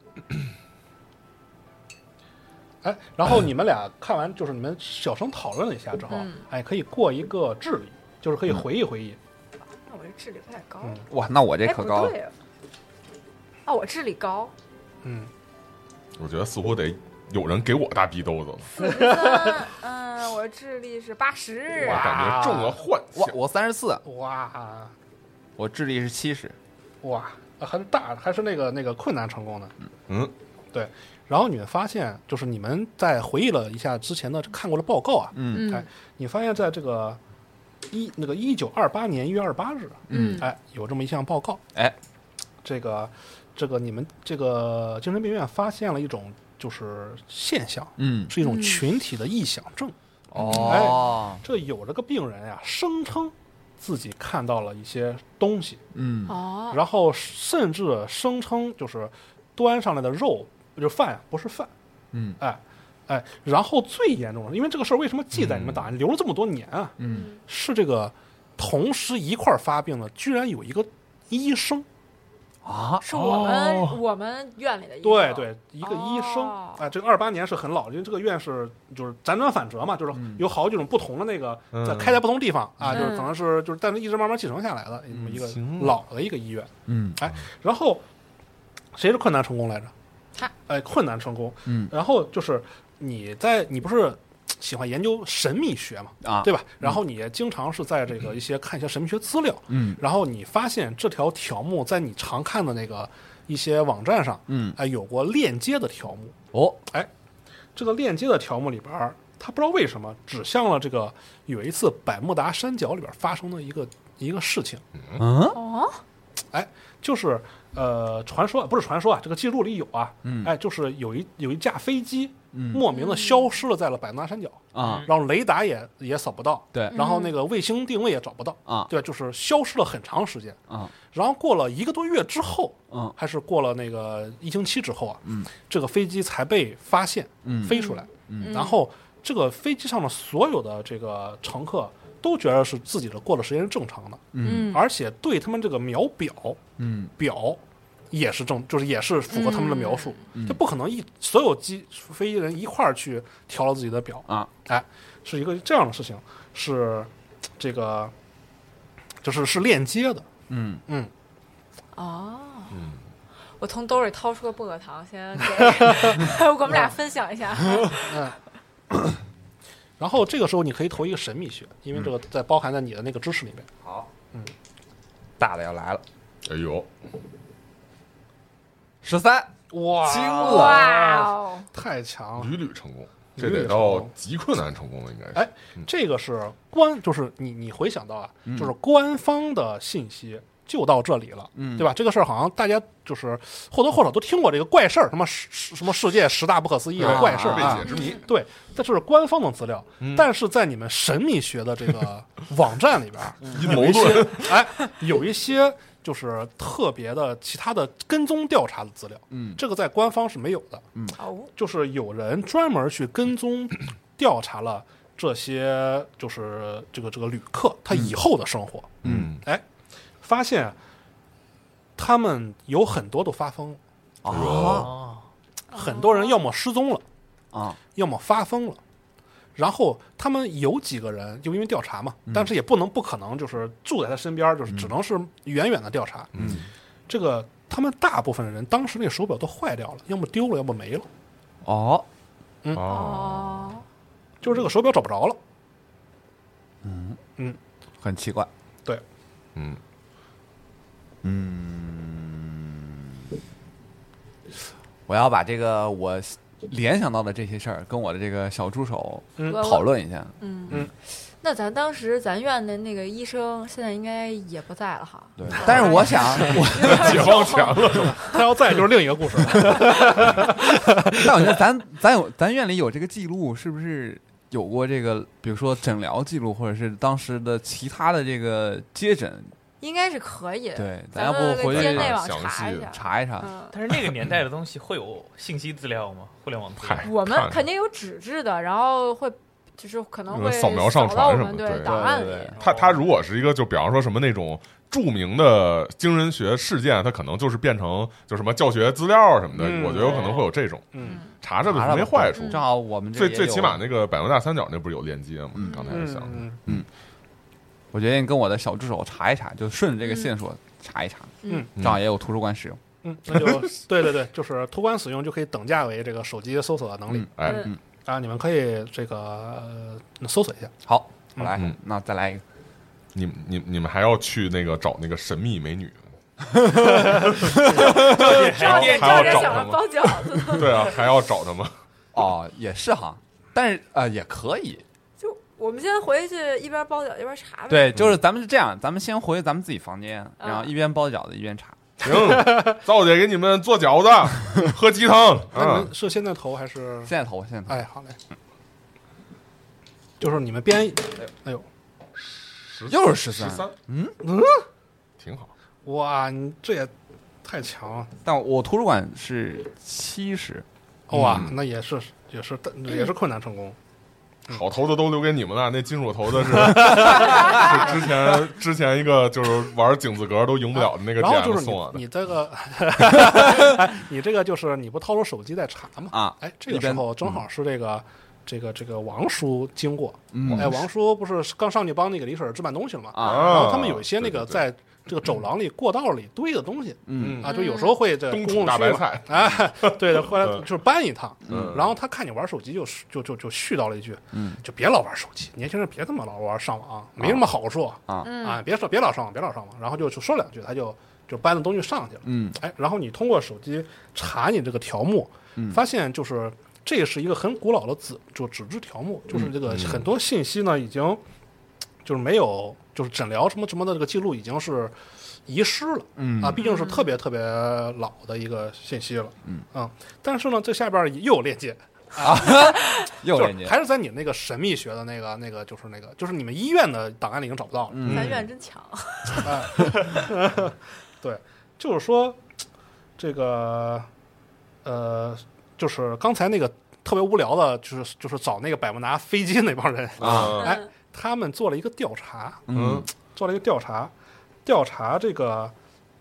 E: 哎，然后你们俩看完，就是你们小声讨论了一下之后，
C: 嗯
E: 哎，可以过一个智力，就是可以回忆回忆。
C: 那我这智力有点高，
E: 嗯
F: 哇，那我这
C: 哎
F: 可
C: 不
F: 高了。
C: 对啊，啊我智力高，
E: 嗯，
D: 嗯，我觉得似乎得有人给我大逼兜子了，
C: 四十三，嗯，我智力是八十
D: 我，
E: 啊
D: 感觉中了幻
F: 哇
D: 想，。
F: 我三十四，
E: 哇
F: 我智力是七十。
E: 哇，啊还是大，还是那个那个困难成功的。
D: 嗯，
E: 对。然后你们发现，就是你们在回忆了一下之前的看过的报告啊，
F: 嗯
E: 哎
C: 嗯，
E: 你发现在这个一那个一九二八年一月二十八日啊，
C: 嗯
E: 哎，有这么一项报告，
F: 哎，
E: 这个这个你们这个精神病院发现了一种就是现象，
F: 嗯，
E: 是一种
C: 嗯
E: 群体的臆想症。
F: 哦，
E: 这有这个病人呀、声称自己看到了一些东西，
F: 嗯，
C: 哦，
E: 然后甚至声称就是端上来的肉就是饭啊不是饭，
F: 嗯
E: 哎哎，然后最严重的，因为这个事儿为什么记在你们档案、留了这么多年啊？
F: 嗯
E: 是这个同时一块儿发病的，居然有一个医生，
F: 啊，
C: 嗯是我们、我们院里的医生，
E: 对，对，一个医生，
C: 啊哦
E: 哎，这个二八年是很老，因为这个院是就是辗转反折嘛，就是
F: 嗯
E: 有好几种不同的那个、
D: 嗯
E: 在开在不同地方啊，
C: 嗯
E: 就是可能是就是但是一直慢慢继承下来的、
F: 嗯
E: 一个
D: 行
E: 老的一个医院。哎
F: 嗯
E: 然后谁是困难成功来着？
C: 他
E: 哎，困难成功。
F: 嗯
E: 然后就是你在你不是喜欢研究神秘学嘛，
F: 啊，
E: 对吧？然后你也经常是在这个一些看一些神秘学资料，
F: 嗯
E: 然后你发现这条条目在你常看的那个一些网站上，
F: 嗯
E: 哎，有过链接的条目。
F: 哦，
E: 这个链接的条目里边儿，它不知道为什么指向了这个有一次百慕达山脚里边发生的一个一个事情，
F: 嗯
C: 哦，
E: 就是呃，传说不是传说啊，这个记录里有啊，
F: 嗯
E: 哎，就是有一有一架飞机
F: 嗯
E: 莫名的消失了在了百慕达山脚，
F: 啊
E: 然后雷达也也扫不到，
F: 对
E: 然后那个卫星定位也找不到，
F: 啊
E: 对吧？就是消失了很长时间，
F: 啊
E: 然后过了一个多月之后，
F: 嗯
E: 还是过了那个一星期之后啊，
F: 嗯
E: 这个飞机才被发现
F: 嗯
E: 飞出来，
F: 嗯
E: 然后这个飞机上的所有的这个乘客都觉得是自己的过的时间是正常的，
C: 嗯，
F: 嗯
E: 而且对他们这个秒表
F: 嗯
E: 表也是正，就是也是符合他们的描述，
F: 嗯
E: 这不可能一所有机飞机人一块儿去调了自己的表，
F: 啊
E: 哎，是一个这样的事情，是这个就是是链接的，
F: 嗯
E: 嗯，
C: 哦，
D: 嗯
C: 我从兜里掏出个薄荷糖，先给 我们俩分享一下。
E: 然后这个时候你可以投一个神秘学，因为这
F: 嗯
E: 个在包含在你的那个知识里面。
F: 大的要来了，
D: 哎呦，
F: 十三
E: 哇
F: 惊了，
C: 哇哦，
E: 太强了！
D: 屡屡成功，
E: 屡
D: 这
E: 屡
D: 得
E: 成功
D: 到极困难成功了，应该是。
E: 哎这个是官，就是你你回想到啊，
F: 嗯
E: 就是官方的信息就到这里了，
F: 嗯
E: 对吧？这个事儿好像大家就是或多或少都听过这个怪事儿，什么十十什么世界十大不可思议的怪事儿
D: 未
E: 啊
D: 解。之谜，
E: 对，这是官方的资料，
F: 嗯
E: 但是在你们神秘学的这 个网站里边儿，
D: 阴谋论，
E: 哎，有一些就是特别的其他的跟踪调查的资料，
F: 嗯
E: 这个在官方是没有的。
C: 哦，
E: 就是有人专门去跟踪 调查了这些，就是这个这个旅客他以后的生活，
D: 嗯，
E: 哎，发现他们有很多都发疯了，
D: 哎
F: 啊
E: 很多人要么失踪了，
F: 啊
E: 要么发疯了。然后他们有几个人就因为调查嘛，但是也不能不可能就是住在他身边，就是只能是远远的调查。
D: 嗯，
E: 这个他们大部分人当时那个手表都坏掉了，要么丢了，要么没了，
F: 哦
D: 哦，
C: 哦，
E: 就是这个手表找不着了。
F: 很奇怪，
E: 对，
D: 嗯，
F: 我要把这个我联想到的这些事儿跟我的这个小助手
E: 嗯
C: 我
F: 讨论一下，
C: 嗯
E: 嗯
C: 那咱当时咱院的那个医生现在应该也不在了哈。
F: 对，但是我 想，我
D: 解放前了是吧？
E: 他要在就是另一个故事了。
F: 但我觉得咱咱有咱院里有这个记录，是不是有过这个，比如说诊疗记录，或者是当时的其他的这个接诊，
C: 应该是可以的。
F: 对咱
C: 呃咱
F: 要不
C: 们
F: 回去
C: 街内网
D: 详
C: 查一
D: 细
C: 下。
F: 查一查。
C: 嗯，
B: 但是那个年代的东西会有信息资料吗？互联网资料
D: 嗨
C: 我们
D: 看看
C: 肯定有纸质的，然后会就是可能会
D: 嗯扫描上
C: 扫到我
D: 传什
C: 们
D: 么的
C: 对
D: 对
C: 档案
F: 对对
C: 里
F: 对。
D: 他
B: 哦
D: 他如果是一个，就比方说什么那种著名的精神学事件，他可能就是变成就什么教学资料什么的，
E: 嗯
D: 我觉得有可能会有这种
E: 嗯
D: 查这
F: 查
D: 个
F: 了
D: 没
F: 吧
D: 坏处。
F: 正好我们这
D: 最
F: 也
D: 最
F: 有
D: 起码，那个百慕大三角那不是有链接吗？
F: 嗯
D: 刚才想，
E: 嗯
F: 我决定跟我的小助手查一查，就顺着这个线索查一查，
C: 嗯
F: 正好也有图书馆使用。
E: 嗯，那就对对对，就是托管使用就可以等价为这个手机搜索的能力、
F: 嗯
D: 哎，
C: 嗯
E: 啊，你们可以这个、呃、搜索一下。
F: 好，我来
D: 嗯，
F: 那再来一个。
D: 你们你你们还要去那个找那个神秘美女？
C: 赵姐，
D: 还
C: 赵
D: 要
C: 姐想
D: 找他
C: 着
D: 吗
C: 包饺子，
D: 对啊，还要找她吗？
F: 哦，也是哈，但是呃也可以。
C: 就我们先回去一边包饺子一边查呗。
F: 对，就是咱们是这样，咱们先回咱们自己房间，
C: 嗯
F: 然后一边包饺子一边查。
D: 行，赵姐给你们做饺子，喝鸡汤
E: 那你
D: 啊
E: 们！是现在投还是？
F: 现在投，现在投。
E: 哎，好嘞。就是你们编，哎呦，
F: 又是
D: 哎十
F: 13
D: 三，嗯挺好。
E: 哇，你这也太强了！
F: 但我图书馆是七十，
E: 哇
D: 嗯，
E: 那也是也是也是困难成功。
D: 好头的都留给你们了，那金属头的是是之前之前一个就是玩井字格都赢不了的那个
E: 然后
D: GM
E: 就是
D: 送我
E: 你
D: 的，
E: 你这个，你这个 就是你不掏出手机在查嘛？
F: 啊
E: 哎，这个时候
D: 嗯
E: 正好是这个这个这个王叔经过，
F: 嗯
E: 哎，王叔不是刚上去帮那个李婶儿置办东西了嘛？
F: 啊，
D: 啊
E: 然后他们有一些那个
D: 对对
E: 在这个走廊里、过道里堆的东西
F: 嗯
E: 啊，就有时候会在
D: 对
E: 公
D: 东楚
E: 共
D: 大
E: 区
D: 白
E: 嘛，
D: 菜，
E: 哎，对 的，后来
D: 嗯
E: 就是搬一趟。
D: 嗯
E: 然后他看你玩手机就，就就就絮叨了一句，
F: 嗯，
E: 就别老玩手机，年轻人别他妈老玩上网，没什
D: 哦
E: 么好处啊
C: 嗯
E: 别说别老上网，别老上网。然后就就说两句，他就就搬着东西上去了。
F: 嗯
E: 哎，然后你通过手机查你这个条目，
F: 嗯
E: 发现就是这是一个很古老的纸，就纸质条目，
F: 嗯
E: 就是这个很多信息呢已经就是没有，就是诊疗什么什么的这个记录已经是遗失了。
F: 嗯
E: 啊，毕竟是特别特别老的一个信息了，嗯但是呢，这下边又有链接，
F: 又
E: 就是
F: 连接，
E: 还是在你那个神秘学的那个那个，就是那个，就是你们医院的档案里已经找不到了，
F: 嗯
D: 嗯
C: 咱院真强，
E: 就是说，这个，呃，就是刚才那个特别无聊的，就是就是找那个百慕达飞机那帮人，
D: 啊
E: 哎，他们做了一个调查，
F: 嗯，
E: 做了一个调查，调查这个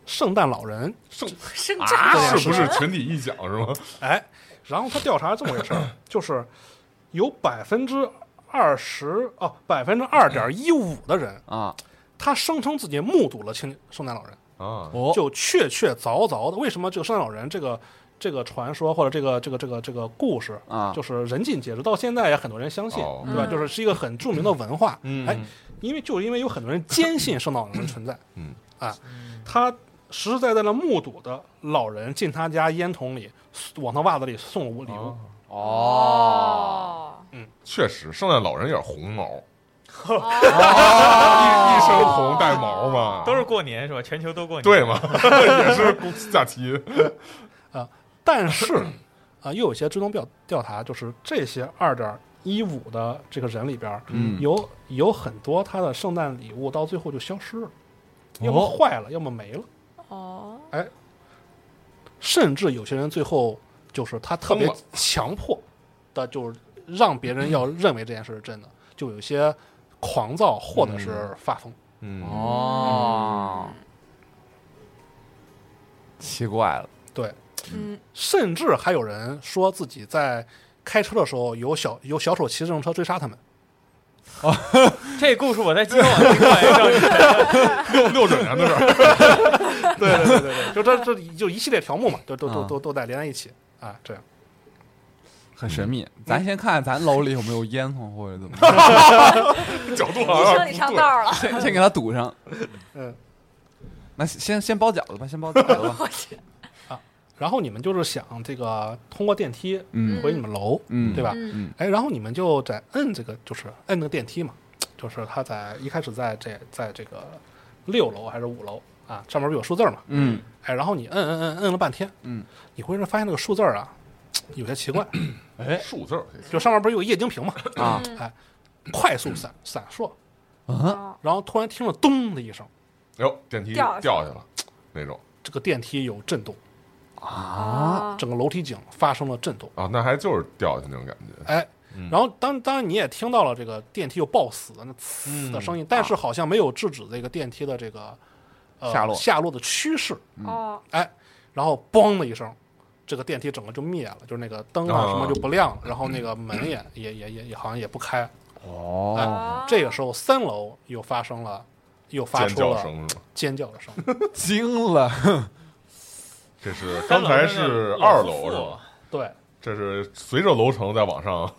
E: 圣诞老人，
C: 生
F: 啊
C: 炸了
D: 是不是群体臆想是吗？
E: 哎，然后他调查这么回事儿，就是有百分之二十哦，百分之二点一五的人，
F: 啊，
E: 他声称自己目睹了青圣诞老人，
D: 啊，
F: 哦
E: 就确确凿凿的。为什么这个圣诞老人这个这个传说或者这个这个这个这个故事
F: 啊
E: 就是人尽皆知，到现在也很多人相信，
D: 哦
E: 对吧？
C: 嗯
E: 就是是一个很著名的文化。
D: 嗯
E: 哎，因为就是因为有很多人坚信圣诞老人的存在，
D: 嗯
E: 啊，他实实在在的目睹的老人进他家烟筒里，往他袜子里送礼物，
D: 啊
F: 哦，，
D: 确实，圣诞老人也是红毛，
C: 哦
D: 一身
C: 一
D: 红带毛
C: 哦
D: 嘛，
B: 都是过年是吧？全球都过年，
D: 对嘛，也是公司假期，
E: 但是啊、又有一些追踪调调查，就是这些二点一五的这个人里边儿，
F: 嗯
E: 有有很多他的圣诞礼物到最后就消失了，
D: 哦
E: 要么坏了，要么没了，
C: 哦，
E: 甚至有些人最后就是他特别
D: 疯了
E: 强迫的，就是让别人要认为这件事是真的，就有些狂躁或者是发疯。
D: 嗯，
F: 哦，奇怪了，
E: 对，
C: 嗯，
E: 甚至还有人说自己在开车的时候有小有小丑骑自行车追杀他们。
B: 这故事我在今晚听过哎赵宇
D: 六六九年的事儿，
E: 对对对对 对，就这这就一系列条目嘛，就都都
F: 啊
E: 都都在连在一起啊，这样。
F: 很神秘。咱先看咱楼里有没有烟囱或者怎么，
D: 角度好
C: 医
D: 像
C: 生你上道了，
F: 先先给它堵上。
E: 嗯，
F: 那先先包饺子吧，先包饺子吧。
E: 然后你们就是想这个通过电梯
F: 嗯
E: 回你们楼，
F: 嗯
E: 对吧？
C: 嗯
F: 嗯
E: 哎，然后你们就在摁这个，就是摁那个电梯嘛，就是它在一开始在这在这个六楼还是五楼啊，上面不有数字儿嘛？
F: 嗯
E: 哎，然后你摁摁摁摁了半天，
F: 嗯，
E: 你忽然发现那个数字儿啊有些奇怪，
D: 哎数字儿这个
E: 就上面不是有个液晶屏嘛，哎
F: 啊
E: 快速闪闪烁，
F: 啊
C: 哦
E: 然后突然听了咚的一声，
D: 哎呦，电梯
C: 掉下
D: 掉
C: 去
D: 下来了那种
E: 这个电梯有震动，
F: 啊！
C: 哦
E: 整个楼梯井发生了震动。
D: 啊，那还就是掉下去那种感觉，
E: 哎，
D: 嗯
E: 然后当当然你也听到了这个电梯又爆死那
D: 嗯
E: 呲的声音，但是好像没有制止这个电梯的这个、呃、
F: 下落
E: 下落的趋势。
C: 哦，
E: 哎，然后嘣的一声，这个电梯整个就灭了，就是那个灯啊
D: 啊
E: 什么就不亮了，然后那个门 也也也也也好像也不开。
F: 哦，
C: 哦
E: 嗯这个时候三楼又发生了，又发
D: 尖
E: 出
D: 叫
E: 了
D: 声是吗？
E: 尖叫的声 音。
F: 惊了！
D: 这是刚才是二楼是吧？
E: 对
D: 这是随着楼层在往上，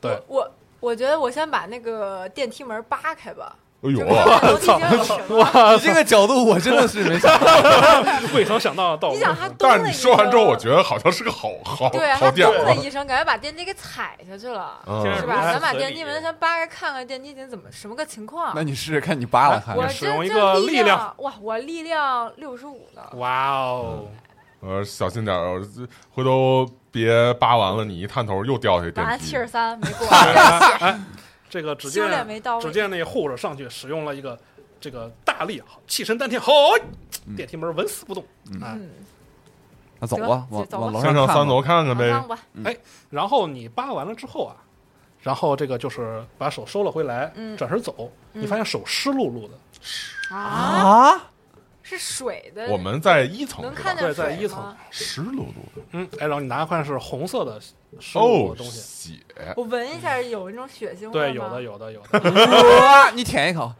E: 对，
C: 我我觉得我先把那个电梯门扒开吧，
D: 哎
C: 就
D: 呦
C: 看
D: 啊，
C: 看楼梯间有什么。
F: 你这个角度我真的是没想到。
E: 未曾想到到
C: 你想他咚
D: 但
C: 的一
D: 是
C: 声，
D: 你说完之后，我觉得好像是个好好
C: 对啊
D: 好
C: 他
D: 点
C: 咚的
D: 子，
C: 一声，感觉把电梯给踩下去了，
D: 嗯
B: 先
C: 是吧？咱把电梯门先扒开，看看电梯井怎么什么个情况
F: 那。你试试看，你扒拉看。
C: 我
E: 你使用
C: 这
E: 一个
C: 这
E: 力
C: 力
E: 量，
C: 哇，我力量六十五
D: 嗯
C: 呢，
E: 哇哦，
D: 呃，小心点儿，我这回头别扒完了，你一探头又掉下去
C: 完
D: 电
C: 了
D: 梯
C: 七十，三没过，
E: 这个啊只
C: 修炼
E: 见
C: 没到
E: 只
C: 位。
E: 见那护士上去使用了一个这个大力，气沉丹田，好，电梯门纹丝不动啊。
C: 嗯，
F: 那走吧，往
C: 走吧
F: 往楼
D: 先上
F: 看
D: 三
F: 吧。
D: 楼看看
C: 往
D: 呗
C: 上。吧，
E: 然后你扒完了之后啊，然后这个就是把手收了回来，
C: 嗯
E: 转身走，
C: 嗯
E: 你发现手湿漉漉的，
C: 啊，
F: 啊，
C: 是水的，
D: 我们在一层
C: 能
D: 是
C: 看
D: 吧？
C: 见
E: 对在
C: 水
E: 一层
C: 吗
D: 湿漉漉的
E: 嗯，哎，然后你拿一块是红色的湿漉漉的，
D: 哦
E: 东西，
D: 血
C: 我闻一下，有那种血腥味
E: 对，
C: 儿
E: 有
C: 吗
E: 的有的有的，
F: 哇你舔一口，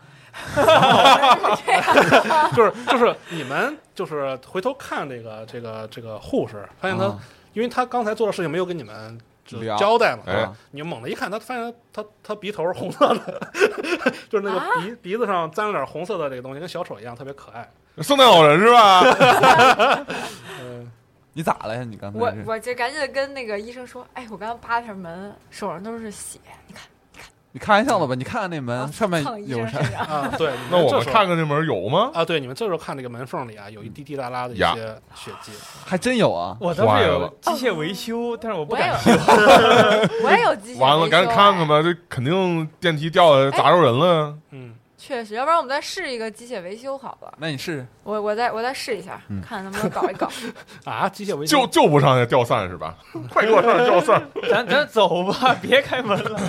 E: 就是就是你们就是回头看这个这个这个护士，发现他，
F: 啊
E: 因为他刚才做的事情没有跟你们就
F: 聊
E: 交代嘛，
D: 哎
E: 你猛地一看，他发现他他他鼻头是红色的， 就是那个
C: 啊
E: 鼻、鼻子上沾了点红色的这个东西，跟小丑一样，特别可爱。
D: 圣诞老人是 吧？
E: 嗯、
F: 你咋了呀？你刚才
C: 我
F: 是
C: 我就赶紧跟那个医生说，哎，我刚刚扒了一下门，手上都是血，你看
F: 你开玩笑的吧？你看看那门上面
C: 蹭了一
F: 哎有
C: 身
F: 啥
C: 身？上，
E: 啊，对，你
D: 那我
E: 这
D: 们
E: 时候
D: 看看这门有吗？
E: 啊，对，你们这时候看这个门缝里啊，有一滴滴答答的一
D: 呀
E: 些血迹，
F: 还真有啊！
B: 我当时
D: 坏
B: 有
D: 了
B: 机械维修，但是我不
C: 我也
B: 敢
C: 有，我也有机械
D: 完了，
C: 维
D: 赶紧
C: 修
D: 看
C: 哎
D: 看吧，这肯定电梯掉下来砸着人了。
E: 嗯，
C: 确实，要不然我们再试一个机械维修好了。
F: 那你试试
C: 我我再我再试一下，看能不能搞一搞。
E: 啊，机械维修
D: 就就不上去吊散 是吧？嗯快给我上去吊散！
B: 咱咱走吧，别开门了。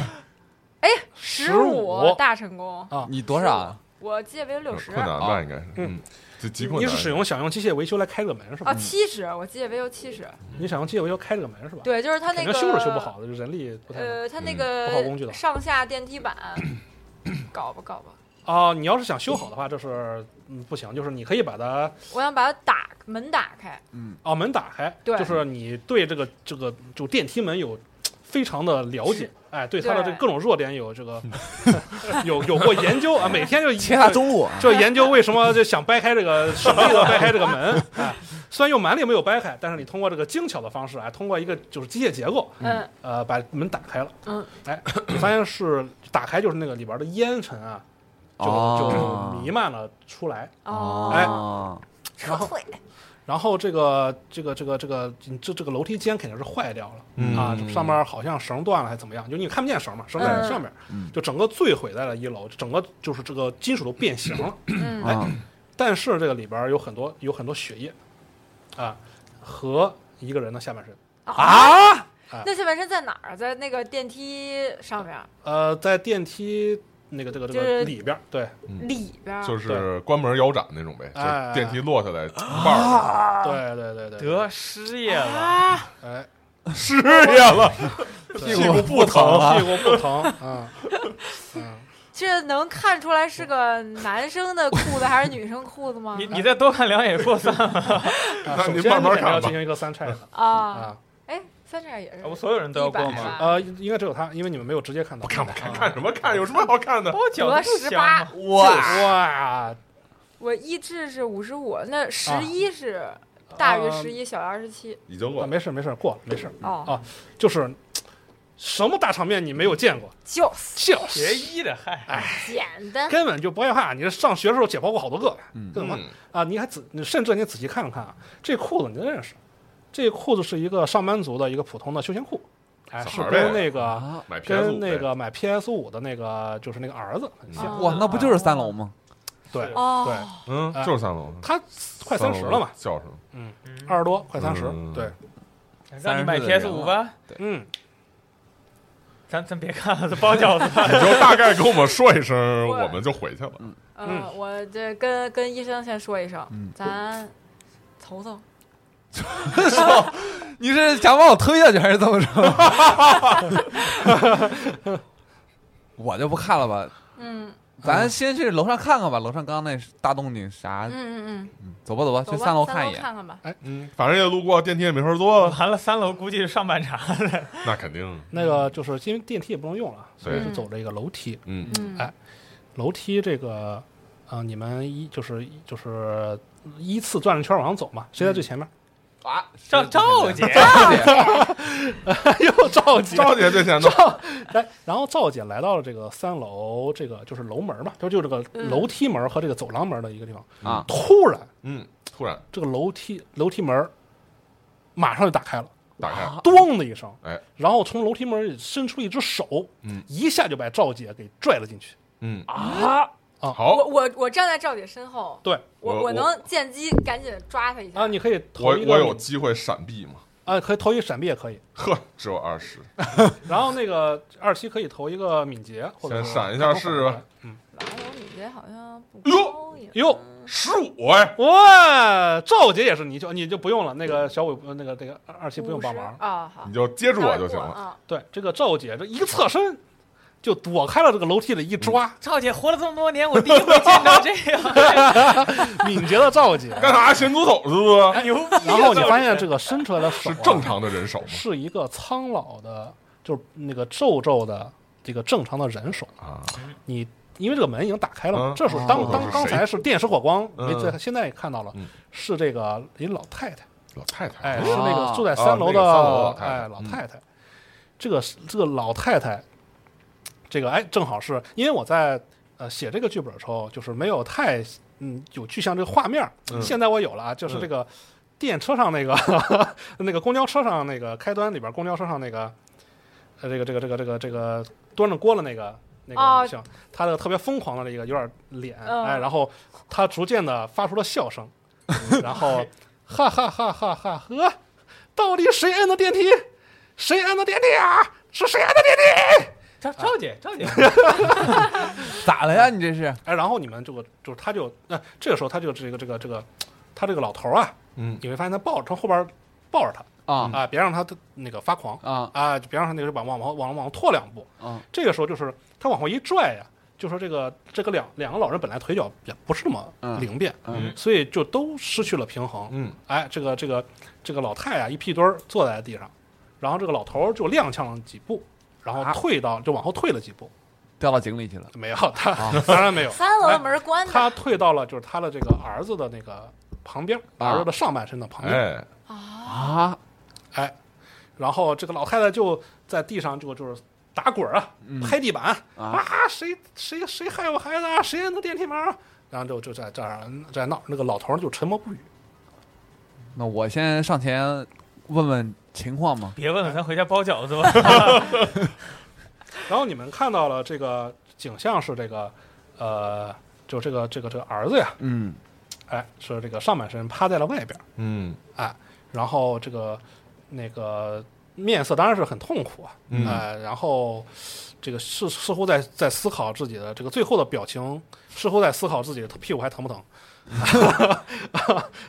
C: 十
E: 15
C: 大成功，
F: 你多少啊？
C: 我机械维修六十啊
D: 困难吧，应该是，
E: 嗯
D: 嗯，这极困
E: 你
D: 难。
E: 是使用想用机械维修来开这个门是吧？
C: 啊，七十，我机械维修七十。
E: 你想用机械维修开这个门是吧？，
C: 对，就是他
E: 嗯肯
C: 那
E: 定
C: 个
E: 修是修不好的，就人力不太能。
C: 呃，他那
E: 嗯不好工具
C: 个
E: 的
C: 上下电梯板，搞吧搞吧。
E: 啊、你要是想修好的话，这是嗯不行，就是你可以把它
C: 我想把它打门打开，
E: 啊门打开，
C: 对
E: 就是你对这个这个就电梯门有非常的了解，哎，对它的这
C: 对
E: 个各种弱点有这 个有有过研究啊，每天 就
F: 切他中路，
E: 就研究为什么就想掰开这个省力的掰开这个门，哎，虽然用蛮力没有掰开，但是你通过这个精巧的方式，哎，通过一个就是机械结构，
C: 嗯，
E: 呃，把门打开了，
C: 嗯，
E: 哎，你发现是打开就是那个里边的烟尘啊，就
F: 哦
E: 就弥漫了出来。
F: 哎
C: 哦，撤
E: 然后
C: 退，
E: 然后这个这个这个这个这这个楼梯间肯定是坏掉了、
D: 嗯
E: 啊，上面好像绳断了还怎么样？就你看不见绳嘛，绳在
C: 嗯
E: 上面，
F: 嗯
E: 就整个坠毁在了一楼，整个就是这个金属都变形了。
C: 嗯
F: 哎， 啊
E: 但是这个里边有很多有很多血液啊和一个人的下半身，
F: 啊！
C: 哦那下半身在哪儿？在那个电梯上面儿
E: 呃，在电梯那个这个这
C: 就是
E: 个里边，对
D: 嗯
C: 里边儿，
D: 就是关门腰斩那种呗，就
E: 哎啊
D: 是电梯落下来一半儿，
E: 对对对 对，
B: 得失业
C: 啊
B: 了，
E: 哎，
D: 失业了，
E: 对
D: 屁股不疼
F: 啊
E: 屁股不疼啊，嗯，
C: 这能看出来是个男生的裤子还是女生裤子吗
B: 你？你再多看两眼过算了。
E: 啊
D: 那
E: 首
D: 您
E: 先
D: 慢慢
E: 肯定要
D: 看吧
E: 进行一个三拆的
C: 啊，
E: 啊，
C: 哎，三这也是
B: 啊我，们所有人都要过
C: 100
B: 吗？
C: 吧
E: 呃，应该只有他，因为你们没有直接看到，啊
D: 不看不看，看什么看？有什么好看的？
B: 包饺
C: 得
B: 子不
C: 十
B: 香
C: 八
B: 吗？，
F: 哇，
E: 哇，
C: 我一至是五十五，那十一是大于
E: 啊
C: 十一，小于二十七。
D: 已经
E: 啊，
D: 过，
E: 没事没事，过了没事，
C: 哦，
E: 就是什么大场面你没有见过，
C: 就是
E: 就是
B: 学医的，嗨，
C: 简单。
E: 根本就不害怕。你这上学的时候解剖过好多个，
F: 嗯
E: 更何况
D: 嗯
E: 啊，你还仔，你甚至你仔细看了看啊，这裤子你都认识，这裤子是一个上班族的一个普通的休闲裤，哎，
D: 小
E: 是
D: 孩儿呗
E: 跟那个
F: 啊
D: 买片子
E: 跟那个买 PS 五的那个就是那个儿子很像，
C: 啊
F: 哇，那不就是三楼吗？
E: 对对
C: 哦，，
D: 嗯，
E: 哎
D: 就是三楼，
E: 他快三十了嘛，
D: 叫声
B: 嗯
E: 二十多快三十，
D: 嗯
E: 对，
B: 让你买
F: 30的人
B: PS 五吧，
E: 嗯，
B: 咱咱别看了，咱包饺 子吧。
D: 你就大概跟我们说 一声，
C: 对
D: 我们就回去了。
C: 呃，我这跟跟医生先说一声
F: 嗯，
C: 咱瞅瞅。
F: 你是想把我推下去还是怎么着？ 我就不看了吧，
C: 嗯
F: 咱先去楼上看看吧。楼上刚刚那大动静啥
C: 嗯？嗯嗯，
F: 走吧走吧，
C: 走吧
F: 啊去
C: 三
F: 楼
C: 看
F: 看一眼。
C: 看看吧。
D: 嗯，反正也路过，电梯也没法 坐了，
B: 完了，三楼估计是上半场了。
D: 那肯定，
E: 那个就是因为电梯也不能用了，所以
D: 嗯对
E: 就走这个楼梯，
D: 嗯，
C: 嗯，
E: 哎楼梯这个，啊，你们依就是就是依次转了圈往上走嘛，谁在最前面？
F: 啊，
B: 赵赵 姐，
F: 赵姐，
E: 哎呦，赵姐，
D: 嗯赵姐最前头，
E: 哎，然后赵姐来到了这个三楼，这个就是楼门嘛，就就这个
C: 嗯
E: 楼梯门和这个走廊门的一个地方
F: 啊
E: 突然，
D: 嗯，突然
E: 这个楼梯楼梯门马上就打开了，
D: 打开，
E: 咚的一声，
D: 啊哎，
E: 然后从楼梯门里伸出一只手，
D: 嗯
E: 一下就把赵姐给拽了进去
D: 嗯，
E: 啊
D: 好
C: 我，我我站在赵姐身后，
E: 对
D: 我
C: 我
D: 我
C: 能见机赶紧抓他一下
E: 啊，你可以
D: 我
E: 投一个
D: 我有机会闪避吗？
E: 啊，可以投一闪避也可以。
D: 呵，只有二十，
E: 然后那个二期可以投一个敏捷，或者
D: 先
E: 是
D: 闪一下试试吧。嗯
C: 来，我敏捷好像不
D: 哟
C: 高呀。
E: 哟，
D: 十五哎，
E: 哇，赵姐也是，你就你就不用了，那个小伟呃那个那个二期不用帮忙
C: 50。啊，好
D: 你，就接住我就行了。
C: 了。
E: 对，这个赵姐这一个侧身就躲开了这个楼梯的一抓，
B: 赵姐活了这么多年，我第一回见到这 样
E: 敏捷的赵姐。
D: 嗯干啥？咸猪手是不
E: 哎
D: 是？
B: 牛逼啊。
E: 然后你发现
B: 赵姐
E: 这个伸出来的手、
D: 是
E: 啊、
D: 正常的人手吗？
E: 是一个苍老的，就是那个皱皱的这个正常的人手。
D: 啊，
E: 你因为这个门已经打开了嘛，
D: 嗯
E: 这时候当、
F: 哦
E: 当
D: 是
E: 刚
D: 谁
E: 才是电石火光
D: 嗯
E: 没在，现在也看到了，
D: 嗯
E: 是这个一老太太，
D: 老太太，
E: 哎，
F: 哦
E: 是那个住在
D: 啊
E: 三楼的、
D: 那个三楼老太太
E: 哎老
D: 嗯
E: 太太。这个这个老太太，这个哎，正好是因为我在呃写这个剧本的时候，就是没有太嗯有具象这个画面儿，
D: 嗯
E: 现在我有了啊，就是
D: 嗯
E: 这个电车上那个、 那个公交车上那个开端里边儿公交车上那个呃这个这个这个这个这个端着锅的那个。那
C: 哦
E: 个像他的特别疯狂的这个有点脸，
C: 嗯
E: 哎，然后他逐渐的发出了笑声，然后哈哈哈哈哈呵，到底谁摁的电梯？谁摁的电梯啊？是谁摁的电梯？
B: 赵赵姐，赵姐，
F: 咋了呀？你这是
E: 哎，然后你们这个就是他就那、这个时候他就这个这个这个他这个老头儿啊，
D: 嗯，
E: 你会发现他抱着从后边抱着他
F: 啊
E: 啊，别让他那个发狂
F: 啊
E: 啊，就别让他那个往往往往往后拖两步。
F: 啊！
E: 这个时候就是他往后一拽呀、就说这个这个两两个老人本来腿脚也不是那么
F: 嗯
E: 灵便，
F: 嗯
E: 所以就都失去了平衡。
D: 嗯，
E: 哎，这个这个这个老太啊，一屁墩儿坐在地上，然后这个老头儿就踉跄了几步，然后
F: 啊
E: 退到就往后退了几步，
F: 掉到井里去了
E: 没有他、
F: 啊
E: 当然没有，
C: 三楼的门关
E: 他
D: 哎
C: 着
E: 退到了就是他的这个儿子的那个旁边，
F: 啊
E: 儿子的上半身的旁边，
D: 哎，
C: 啊，
F: 啊！
E: 哎，然后这个老太太就在地上就就是打滚儿啊，
F: 嗯
E: 拍地板
F: 啊
E: 谁谁谁害我孩子啊，谁摁的电梯门啊？然后就就在这儿在闹，那个老头儿就沉默不语。
F: 那我先上前问问情况嘛。
B: 别问了，咱回家包饺子吧。
E: 然后你们看到了这个景象是这个，呃，就这个这个这个儿子呀，
F: 嗯
E: 哎，是这个上半身趴在了外边儿，
D: 嗯
E: 哎，然后这个那个面色当然是很痛苦啊，
D: 嗯
E: 哎，然后这个似似乎在在思考自己的这个最后的表情，似乎在思考自己的屁股还疼不 疼。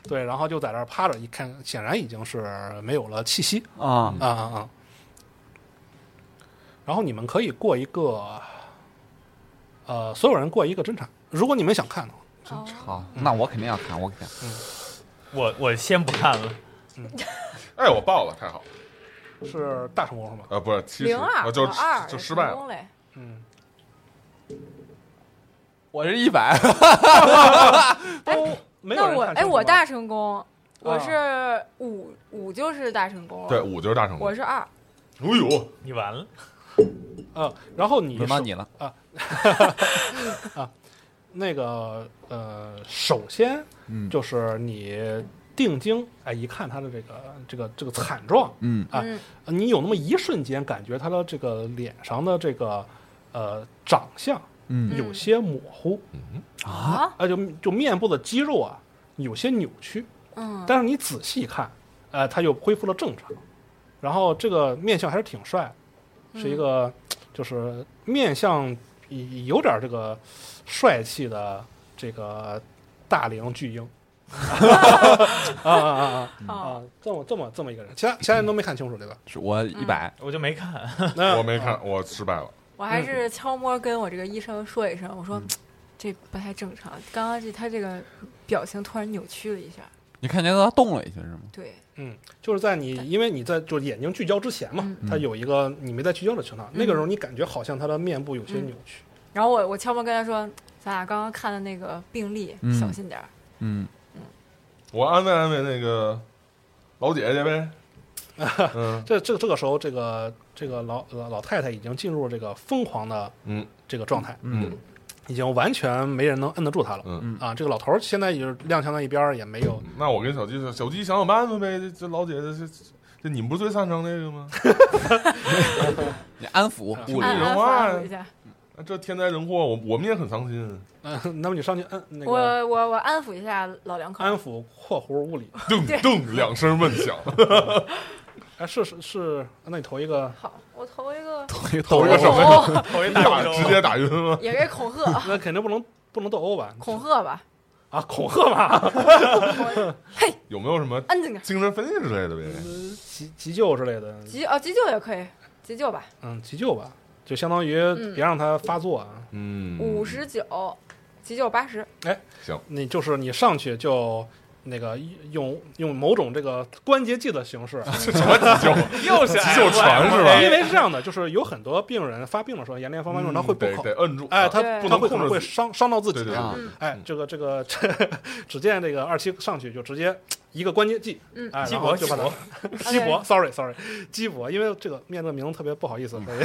E: 对，然后就在那儿趴着，一看，显然已经是没有了气息
F: 啊
E: 啊啊啊！然后你们可以过一个，呃，所有人过一个侦查，如果你们想看的话，
C: 真
F: 好，那我肯定要看，我肯定
B: 我我先不看了，
D: 哎，我报了，太好了，
E: 是大成功是吗？
D: 呃，不是七十，
C: 零二哦
D: 我就
C: 二
D: 就失败了。
C: 了。
E: 嗯，
F: 我是一百，
E: 都哦没有
C: 哎那
E: 人
C: 我
E: 看
C: 哎，
E: 成
C: 我
E: 功
C: 大成功，我是五五就是大成功了。
D: 啊对，，五就是大成功。
C: 我是二，
D: 哎呦，
B: 你完了。
E: 啊，然后你
F: 轮到
E: 首
F: 你了。
E: 那个呃，首先
F: 嗯
E: 就是你定睛哎，一看他的这个这个这个惨状，
F: 嗯
E: 啊
C: 嗯，
E: 呃你有那么一瞬间感觉他的这个脸上的这个呃长相
F: 嗯
E: 有些模糊，
D: 嗯
F: 啊
C: 啊，
E: 啊，就就面部的肌肉啊有些扭曲，
C: 嗯，
E: 但是你仔细看，呃，他又恢复了正常，然后这个面相还是挺帅，是一
C: 嗯
E: 个就是面相有点这个帅气的这个大龄巨婴， 啊啊 啊啊
C: 哦
E: 啊，这么这么这么一个人，其他其他人都没看清楚对吧？
F: 是我一百
B: 我就没看，
E: 那
D: 我没
C: 嗯
D: 看，我失败了。
C: 我还
D: 嗯
C: 是悄摸跟我这个医生说一声，我说这不太正常，刚刚这他这个表情突然扭曲了一下，
F: 你看见他动了一下是吗？
C: 对，
E: 嗯，就是在你因为你在就是眼睛聚焦之前嘛，
F: 嗯
E: 他有一个你没在聚焦的情况，那个时候你感觉好像他的面部有些
C: 嗯
E: 扭曲。
C: 然后我我悄摸跟他说，咱俩刚刚看的那个病例，
F: 嗯
C: 小心点儿。
F: 嗯，
D: 我安慰安慰那个老姐姐呗。嗯
E: 这这这个时候，这个这个老老老太太已经进入这个疯狂的
D: 嗯
E: 这个状态，
D: 嗯
E: 已经完全没人能摁得住他了。
D: 嗯，
E: 啊，这个老头儿现在也是踉跄到一边儿，也没有。
D: 那我跟小鸡说，小鸡想想办法呗。这这老姐姐，这这这你们不是最擅长这个吗？
F: 你安抚
E: 啊
D: 哎
F: 物理
C: 安
D: 人
C: 安
D: 话
C: 安
D: 呀
C: 抚一下，
D: 那这天灾人祸，我我们也很伤心。
E: 嗯， 那么你上去按那
C: 我
E: 个
C: 我我安抚一下老两口
E: 安，抚（括弧物理
D: 噔
C: 对
D: 噔两声闷响，）。
E: 哎，是是是，那你投一个，
C: 好，我投一个，
D: 头一个手
C: 哦，
B: 头一大
D: 打
B: 宇宙，
D: 哎直接打晕了。
C: 也是恐吓，
E: 那肯定不能不能斗殴吧？
C: 恐吓吧，
E: 啊，恐吓吧，
D: 有没有什么
C: 安静点，
D: 精神分析之类的呗？
E: 急急救之类的，
C: 急哦急救也可以，急救吧，
E: 嗯，急救吧，就相当于
C: 嗯
E: 别让它发作啊。
D: 嗯，
C: 五十九，急救八十，
E: 你就是你上去就那个用用某种这个关节剂的形式，
D: 什么急救？
B: 又是
D: 急救船是吧
B: 哎
E: 因为是这 样的，就是有很多病人发病的时候，眼泪
B: 嗯
E: 方发症他会不
D: 得
E: 口
D: 得，摁住，
E: 哎，
D: 啊
E: 他
C: 对
D: 不
E: 他
D: 能
E: 会
D: 控制
E: 会伤伤到自
D: 对
E: 己
D: 对嗯
E: 啊。
F: 啊
D: 对，
E: 哎，这个这个，这只见这个二期上去就直接一个关节剂，
C: 嗯
E: 哎，
B: 鸡
E: 然
B: 脖
E: 后就把
B: 鸡脖
E: 它鸡脖，sorry sorry，鸡脖，因为这个面对名字特别不好意思，所 以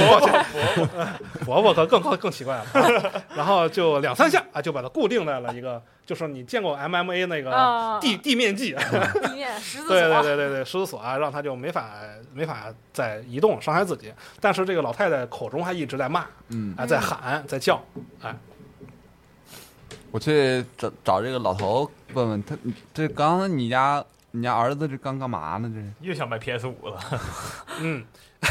B: 伯伯伯，
E: 伯伯可更更更奇怪了， 然后就两三下啊就把它固定在了一个，就是你见过 MMA 那个
C: 啊，
E: 地地面剂，
C: 地面 十字
E: 对对
C: 锁，
E: 对对对，狮子锁啊，让他就没法没法再移动，伤害自己。但是这个老太太口中还一直在骂，
F: 嗯，
E: 啊，在喊，在叫，
F: 我去找找这个老头问问他，这刚才你家你家儿子这刚干嘛呢？这是
B: 又想买 PS 五了，
E: 嗯，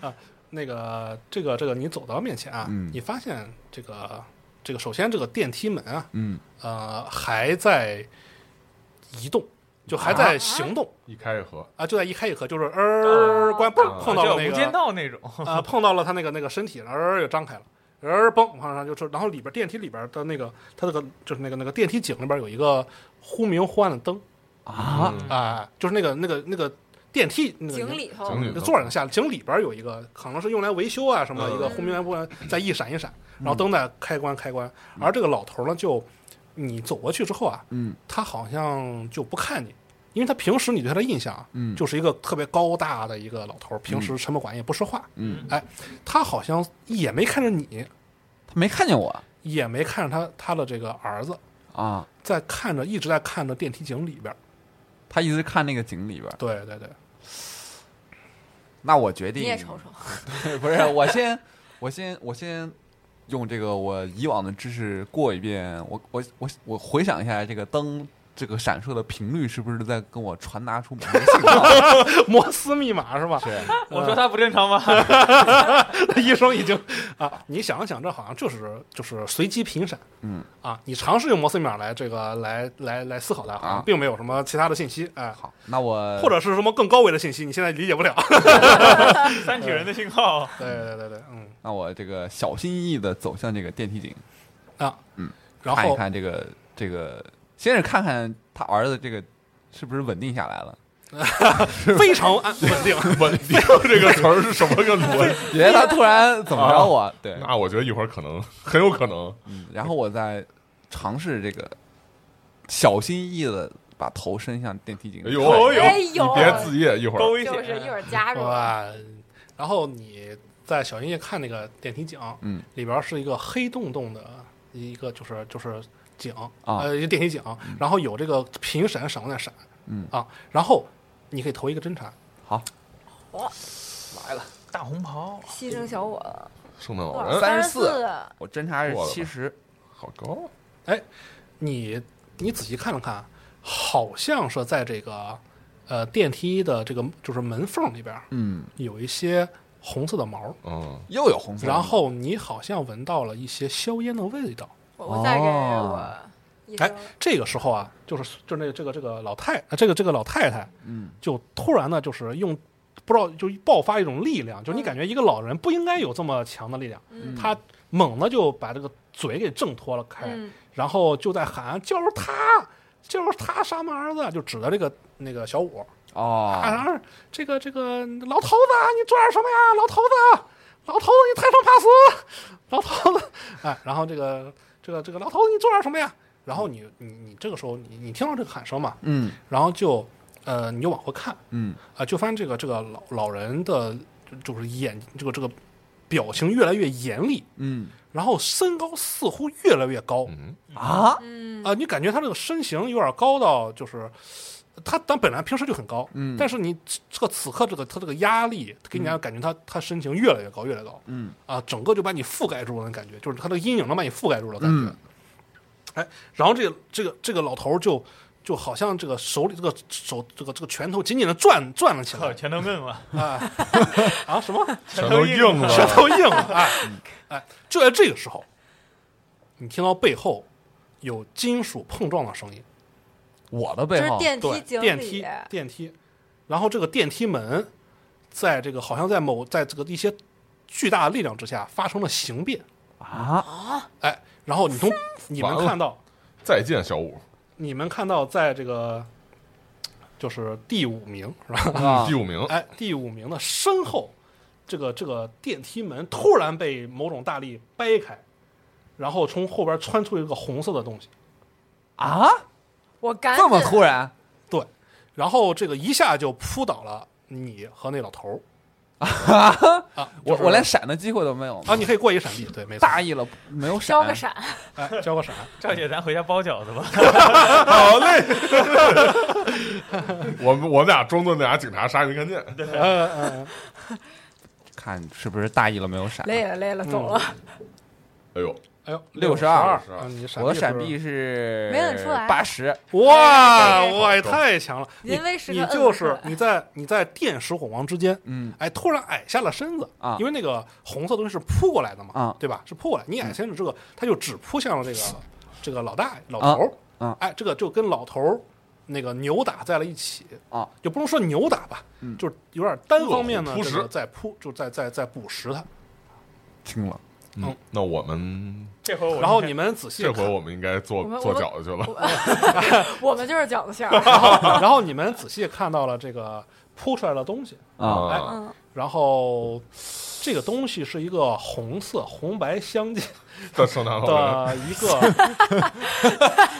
E: 啊，那个这个这个，你走到面前啊，
F: 嗯
E: 你发现这个这个，首先这个电梯门啊，
F: 嗯，
E: 呃，还在移动，就还
F: 啊
E: 在行动
D: 一开一合，
E: 啊就在一开一合，就是呃，关
D: 啊
E: 砰碰到
B: 叫
E: 了
B: 无
E: 那
B: 间
E: 个
B: 道那种，
E: 啊，碰到了他那个那个身体，然后呃就张开了，呃嘣往上就出，然后里边电梯里边的那个它那个就是那个那个电梯井里边有一个忽明忽暗的灯
F: 啊，
D: 嗯
E: 啊、就是那个那个那个电梯那个
C: 井里头
D: 井里
E: 就坐着能下，井里边有一个可能是用来维修啊什么的，
D: 嗯
E: 一个忽明忽暗在一闪一闪，然后灯在开关开关，而这个老头呢就你走过去之后啊，
F: 嗯
E: 他好像就不看你。因为他平时你对他的印象啊，
F: 嗯
E: 就是一个特别高大的一个老头，平时沉默寡言，也不说话。哎
F: 嗯，
E: 他好像也没看着你，
F: 他没看见我
E: 也没看着他他的这个儿子，
F: 啊，
E: 在看着一直在看着电梯井里边儿。
F: 他一直看那个井里边儿。
E: 对对对，
F: 那我决定
C: 你也瞅瞅，
F: 不是，我先，我先，我先用这个我以往的知识过一遍，我我我我回想一下这个灯这个闪烁的频率是不是在跟我传达出某种信号？
E: 摩斯密码是吧？
B: 我说他不正常吗？
E: 医生已经啊，你想想，这好像就是就是随机频闪，
F: 嗯
E: 啊，你尝试用摩斯密码来这个来来来思考它，好
F: 啊
E: 像并没有什么其他的信息，哎，
F: 好，那我
E: 或者是什么更高维的信息，你现在理解不 了。
B: 三体人的信号，
E: 对对对对，嗯
F: 那我这个小心翼翼的走向这个电梯井，
E: 啊，
F: 嗯，
E: 然
F: 看一
E: 后
F: 看这个这个，先是看看他儿子这个是不是稳定下来了，
E: 非常安稳定，
D: 嗯稳定这个词儿是什么个逻辑？
F: 别他突然怎么着我，对，
D: 那我觉得一会儿可能很有可能，
F: 嗯，然后我再尝试这个小心翼翼的把头伸向电梯井，
D: 哎呦
B: 哦呦
C: 哎
D: 你
C: 呦，
D: 别自夜一会
B: 高
D: 儿，
B: 危
C: 就
B: 险啊
C: 是一会儿加入，
E: 哇，然后你在小心翼翼看那个电梯井，
F: 嗯，
E: 里边是一个黑洞洞的一个就是就是井
F: 啊
E: 呃，一个电梯井，然后有这个频闪闪光在闪，
F: 嗯
E: 啊，然后你可以投一个侦查，
F: 好，
B: 大红袍，
C: 牺牲小我了，
D: 圣诞老
C: 哇，
D: 人
F: 三
C: 三
F: 十四
C: 四，
F: 我侦查是
D: 过了吧
F: 七十，
D: 好高，
E: 哎你你仔细看了看，好像是在这个呃电梯的这个就是门缝里边
F: 嗯，
E: 有一些红色的毛，
D: 嗯，
F: 又有红色的，
E: 然后你好像闻到了一些硝烟的味道。
C: 我我再给我
F: 哦
C: 一
E: 哎
C: 声，
E: 这个时候啊，就是就那个这个这个老太，啊这个这个老太太，
F: 嗯，
E: 就突然呢，就是用不知道就爆发一种力量，就你感觉一个老人不应该有这么强的力量，
C: 嗯
E: 他猛地就把这个嘴给挣脱了开，
C: 嗯
E: 然后就在喊就是他，就是他杀门儿子，就指着这个那个小五，
F: 哦，
E: 啊，这个这个老头子，你拽什么呀？老头子，老头子，你贪生怕死，老头子， 哎，然后这个这个这个老头子，你做点什么呀？然后你你你这个时候你你听到这个喊声嘛，
F: 嗯
E: 然后就呃你就往回看啊、
F: 嗯
E: 就发现这个这个老老人的就就是眼这个这个。表情越来越严厉，
F: 嗯
E: 然后身高似乎越来越高
D: 嗯，
F: 啊，
C: 嗯
E: 啊、你感觉他这个身形有点高到就是。他但本来平时就很高，
F: 嗯
E: 但是你这个此刻这个他这个压力给你感觉他、他身形越来越高，越来越高，
F: 嗯
E: 啊，整个就把你覆盖住了，感觉就是他的阴影能把你覆盖住了，感觉。
F: 嗯
E: 哎，然后这个这个这个老头儿就就好像这个手里这个手这个这个拳头紧紧的攥攥了起
B: 靠，
E: 来
B: 拳头硬了，
E: 啊啊什 么
D: 全都硬
B: 了，
E: 拳头硬了哎哎，就在这个时候，你听到背后有金属碰撞的声音，
F: 我的
C: 就
F: 背
C: 是
F: 后
C: 电
E: 对
C: 梯经
E: 电
C: 理
E: 梯电梯，然后这个电梯门在这个好像在某在这个一些巨大的力量之下发生了形变，
F: 啊，
E: 哎，然后你 从你们
D: 完了
E: 看到
D: 再见小五，
E: 你们看到在这个就是第五名是吧？
F: 啊
D: 第五名，
E: 哎，第五名的身后，这个这个电梯门突然被某种大力掰开，然后从后边穿出一个红色的东西，
F: 啊，
C: 我赶紧
F: 这么 突然
E: 对，然后这个一下就扑倒了你和那老头儿。啊，
F: 我
E: 就是
F: 我连闪的机会都没有
E: 啊，你可以过一闪避，对，没错，
F: 大意了，没有
C: 交
F: 闪
C: 个，闪，
E: 哎，交个 闪，
B: 赵姐，咱回家包饺子吧。
D: 好嘞，我们我们俩装作那俩警察啥也没看见，
E: 呃呃，
F: 看是不是大意了没有闪。啊
C: 累了累了，走了，
D: 哎呦，
E: 哎呦，
F: 62
E: 啊你闪
F: 我的
E: 是
F: 闪避哎是
C: 没摁出来
F: 八十，
E: 哇，
C: 对对对
E: 我也太强了！你
C: 临危时刻
E: 你
C: 摁
E: 就
C: 了
E: 是
C: 出来
E: 你在你在电石火光之间，
F: 嗯，
E: 哎，突然矮下了身子
F: 啊
E: 因为那个红色东西是扑过来的嘛，
F: 啊
E: 对吧？是扑过来，你矮下了这个，他就只扑向了这个这个老大老头儿，
F: 啊啊
E: 哎，这个就跟老头儿那个扭打在了一起
F: 啊，
E: 就不能说扭打吧，
F: 嗯
E: 就是有点单方面
D: 饿
E: 呢，
D: 虎扑
E: 这个
D: 食
E: 在扑，就在在在捕食他。
F: 听了
E: 嗯
D: 嗯，那我们
B: 这回我
E: 然后你们仔细
D: 哦这
E: 看，
D: 回我们应该做
C: 我们
D: 做
C: 我们
D: 饺子去
E: 嗯
D: 了，
C: 我们就是饺子馅儿，
E: 然后然后你们仔细看到了这个扑出来的东西，
F: 啊
D: 哎
C: 嗯，
E: 然后这个东西是一个红色红白相间
D: 在圣诞老人，
E: 的一个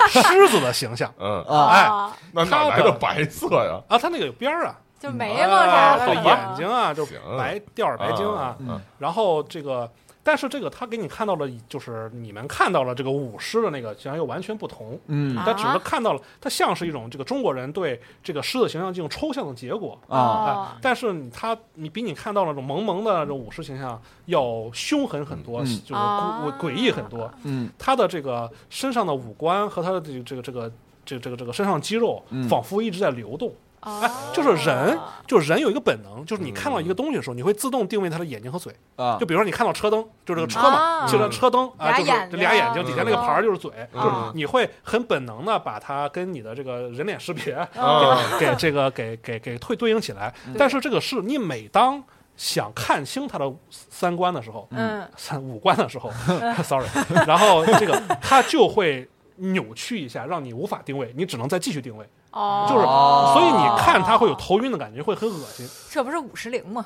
E: 狮子的形象
D: 嗯，
F: 啊
E: 哎
C: 啊，
D: 那哪来的白色呀？
E: 啊，它那个有边 儿啊，
C: 就眉毛啥的，
E: 对
C: 可能
E: 眼睛啊，就
D: 行
E: 白吊 儿白金啊，
D: 嗯
E: 然后这个。但是这个他给你看到了，就是你们看到了这个舞狮的那个，竟然又完全不同。
F: 嗯
E: 他只
C: 啊
E: 是看到了，它像是一种这个中国人对这个狮子形象这种抽象的结果。
F: 啊
E: 啊
C: 哦，
E: 但是你他你比你看到那种萌萌的那种武士形象要凶狠很多，
F: 嗯
E: 就是诡
C: 啊
E: 诡异很多。
F: 嗯
E: 他的这个身上的五官和他的这个这个这个这个这个这个身上肌肉
F: 嗯，
E: 仿佛一直在流动。 哎
C: 哦，
E: 就是人，就是人有一个本能，就是你看到一个东西的时候，你会自动定位他的眼睛和嘴。
F: 啊
E: 就比如说你看到车灯，就是这个车
C: 啊
E: 嘛，就这车灯啊，
C: 俩
E: 就是
C: 眼
E: 这俩
C: 睛
E: 眼睛底下那个
C: 嗯
E: 牌儿就是嘴，就
D: 嗯
E: 是你会很本能的把它跟你的这个人脸识别
C: 啊
E: 给这个给给给对对应起来。但是这个是你每当想看清他的三观的时候，
C: 嗯，
E: 三五官的时候 ，sorry，然后这个他就会扭曲一下，让你无法定位，你只能再继续定位。
C: 哦，
E: 就是
F: 哦
E: 所以你看他会有头晕的感觉，会很恶心。
C: 这不是五十铃吗？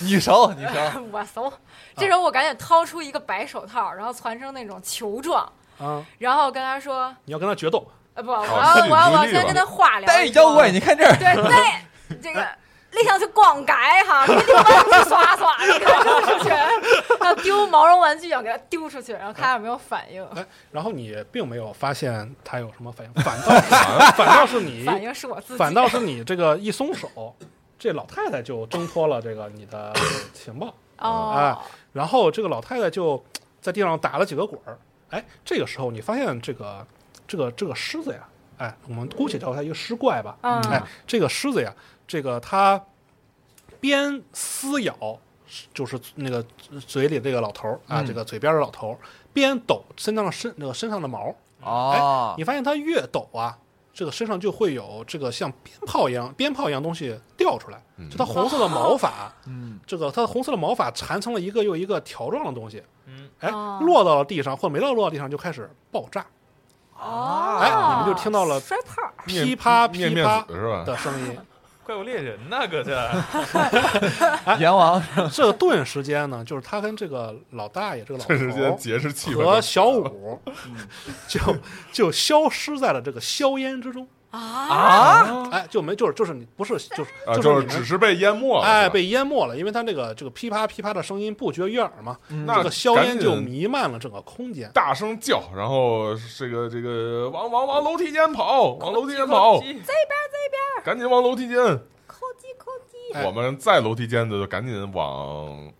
F: 你熟你熟，
C: 我怂。这时候我赶紧掏出一个白手套，然后攒成那种球状，
E: 啊，
C: 然后跟他说
E: 你要跟他决斗，
C: 呃，不，我
D: 好
C: 要
D: 心理
C: 我要
D: 独
C: 我要
D: 立
C: 先
D: 了
C: 跟他话聊。
F: 哎，妖怪，你看这儿，
C: 对对，这个你想去逛街哈， 你得把我去耍耍，你看扔出去，要丢毛绒玩具，要给他丢出去，然后看他有没有反应。
E: 哎，然后你并没有发现他有什么反应，反倒反反倒是你，
C: 反应是我自己，
E: 反倒是你这个一松手，这老太太就挣脱了这个你的情报。
C: 哦
E: 哎，然后这个老太太就在地上打了几个滚儿。哎，这个时候你发现这个这个这个狮子呀，哎，我们姑且叫它一个狮怪吧。
C: 嗯
D: 啊
E: 哎，这个狮子呀，这个它边撕咬，就是那个嘴里这个老头儿啊，
F: 嗯
E: 这个嘴边的老头儿，边抖身上的身那个身上的毛。
D: 啊
F: 哦
E: 你发现它越抖啊，这个身上就会有这个像鞭炮一样鞭炮一样东西掉出来，
D: 嗯
E: 就它红色的毛 发。
F: 嗯
E: 这个它的红色的毛发缠成了一个又一个条状的东西，
B: 嗯，
E: 哎
C: 哦，
E: 落到了地上或者没到落到地上就开始爆炸，
C: 哦，
E: 哎，你们就听到了
C: 摔炮，
D: 面
E: 噼啪
D: 面
E: 噼
D: 面
E: 啪
D: 子是吧？
E: 的声音。
B: 怪物猎人那个的，
F: 阎王
E: 这顿时间呢，就是他跟这个老大爷这个老头
D: 这时间
E: 儿
D: 节日气氛
E: 嗯和小五就就消失在了这个硝烟之中。
C: 啊，
F: 啊，
E: 哎，就没就是就是你不是就是
D: 啊，
E: 就
D: 就是
E: 你们
D: 只是被淹没了，
E: 哎
D: 是吧
E: 被淹没了，因为它这个这个噼啪噼啪的声音不绝于耳嘛，
D: 那
E: 这个硝烟
D: 赶紧
E: 就弥漫了整个空间。
D: 大声叫，然后这个这个往往往楼梯间跑，往楼梯间
B: 跑
D: 跑，，赶紧往楼梯间。
C: 扣击扣击，
E: 哎
D: 我们在楼梯间的就赶紧往，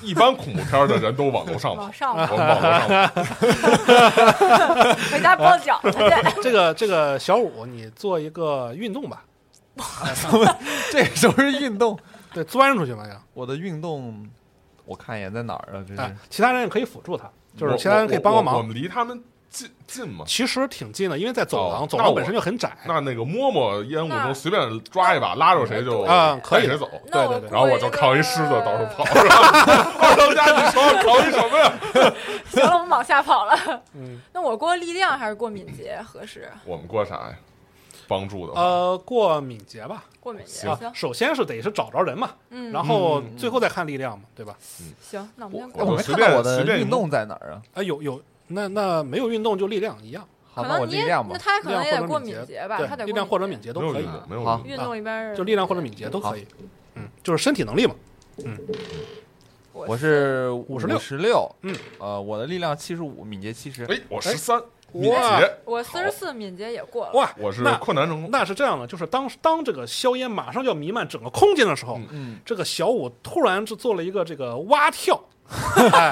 D: 一般恐怖片的人都往楼上跑
C: 往，上
E: 啊
D: 我们往楼上跑。
C: 回家包饺子 去。
E: 这个这个小五，你做一个运动吧，
G: 这时候是运动，
E: 对，钻出去嘛要。
G: 我的运动，我看一眼在哪儿啊？这
E: 哎
G: 是，
E: 其他人也可以辅助他，就
D: 嗯我
E: 是其他人可以帮
D: 我
E: 帮
D: 我我
E: 忙。
D: 们离他们近近嘛，
E: 其实挺近的，因为在走
D: 哦
E: 廊，走
D: 那
E: 廊
D: 我
E: 本身就很窄
D: 那那个摸摸烟雾
C: 那
D: 中随便抓一把，拉着谁就
E: 啊可以
D: 带谁走。
C: 那
E: 对对对
D: 然后我就靠一狮子到处跑，然后到家你说考一什么呀？
C: 行了，我们往下跑了。
E: 嗯，
C: 那我过力量还是过敏捷合适？
D: 我们过啥呀？帮助的话，
E: 呃，过敏捷吧。
C: 过敏捷
E: 啊，首先是得是找着人嘛，
C: 嗯，
E: 然后最后再看力量嘛，对吧？
C: 行，那我们先
D: 我
G: 哎
C: 过。
G: 我没
D: 随
G: 看
D: 便
G: 到我
D: 随
G: 的
D: 便一
G: 运动在哪儿啊？
E: 啊，有有，那那没有运动就力量一样，
G: 好，
C: 可
G: 那我
C: 能你
G: 力
C: 也
G: 量吧
C: 那。他可
E: 力量
C: 能也得
E: 或
C: 过
E: 者
C: 敏
E: 敏
C: 捷吧，
E: 对，
C: 他得
E: 力量或者
C: 过
E: 敏
C: 敏捷。
E: 捷
D: 没
E: 都
D: 有
E: 可
D: 运
E: 以，啊
D: 动，没有运
G: 好
D: 动。
C: 运动一般是
E: 就力量或者敏捷都可以。嗯，就是身体能力嘛。
C: 我
G: 我是
E: 56
G: 十六，
E: 嗯，
G: 呃，我的力量七十五，敏捷七十，
D: 哎，我十三，敏
E: 哇
D: 捷，
C: 我四十四敏捷也过了，
E: 哇，
D: 我是
E: 那
D: 困难成功。
E: 那是这样的，就是当当这个硝烟马上就要弥漫整个空间的时候，
G: 嗯，
E: 这个小五突然是做了一个这个蛙 跳。哎，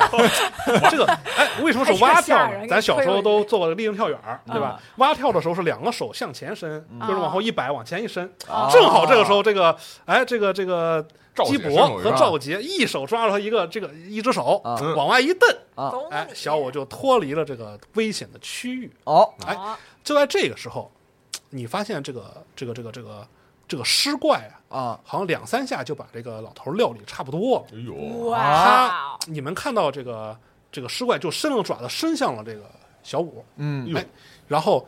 E: 这个哎，为什么是蛙跳
C: 哎这个吓人
E: 呢？
C: 给
E: 咱小时
C: 推
E: 候
C: 回去
E: 都做过立定跳远儿，对吧
G: 嗯？
E: 蛙跳的时候是两个手向前伸，
G: 嗯
E: 就是往
C: 哦
E: 后一摆，往前一伸，
C: 啊
E: 正好这个时候，这个哎，这个这个
D: 哦赵
E: 鸡
D: 姐身
E: 脖
D: 手一
E: 和
D: 棒
E: 赵杰一手抓住他一个这个一只手
G: 啊，
D: 嗯
E: 往外一蹬，
G: 啊
C: 走
E: 哎，
C: 你
E: 小五就脱离了这个危险的区域。
G: 哦，
E: 哎
C: 啊
E: 就在这个时候，你发现这个这个这个这个这个尸怪啊，
G: 啊，
E: 好像两三下就把这个老头料理差不多了。
D: 哎呦，
C: 哇，
E: 你们看到这个这个尸怪就伸了爪子伸向了这个小五，
G: 嗯
E: 哎，然后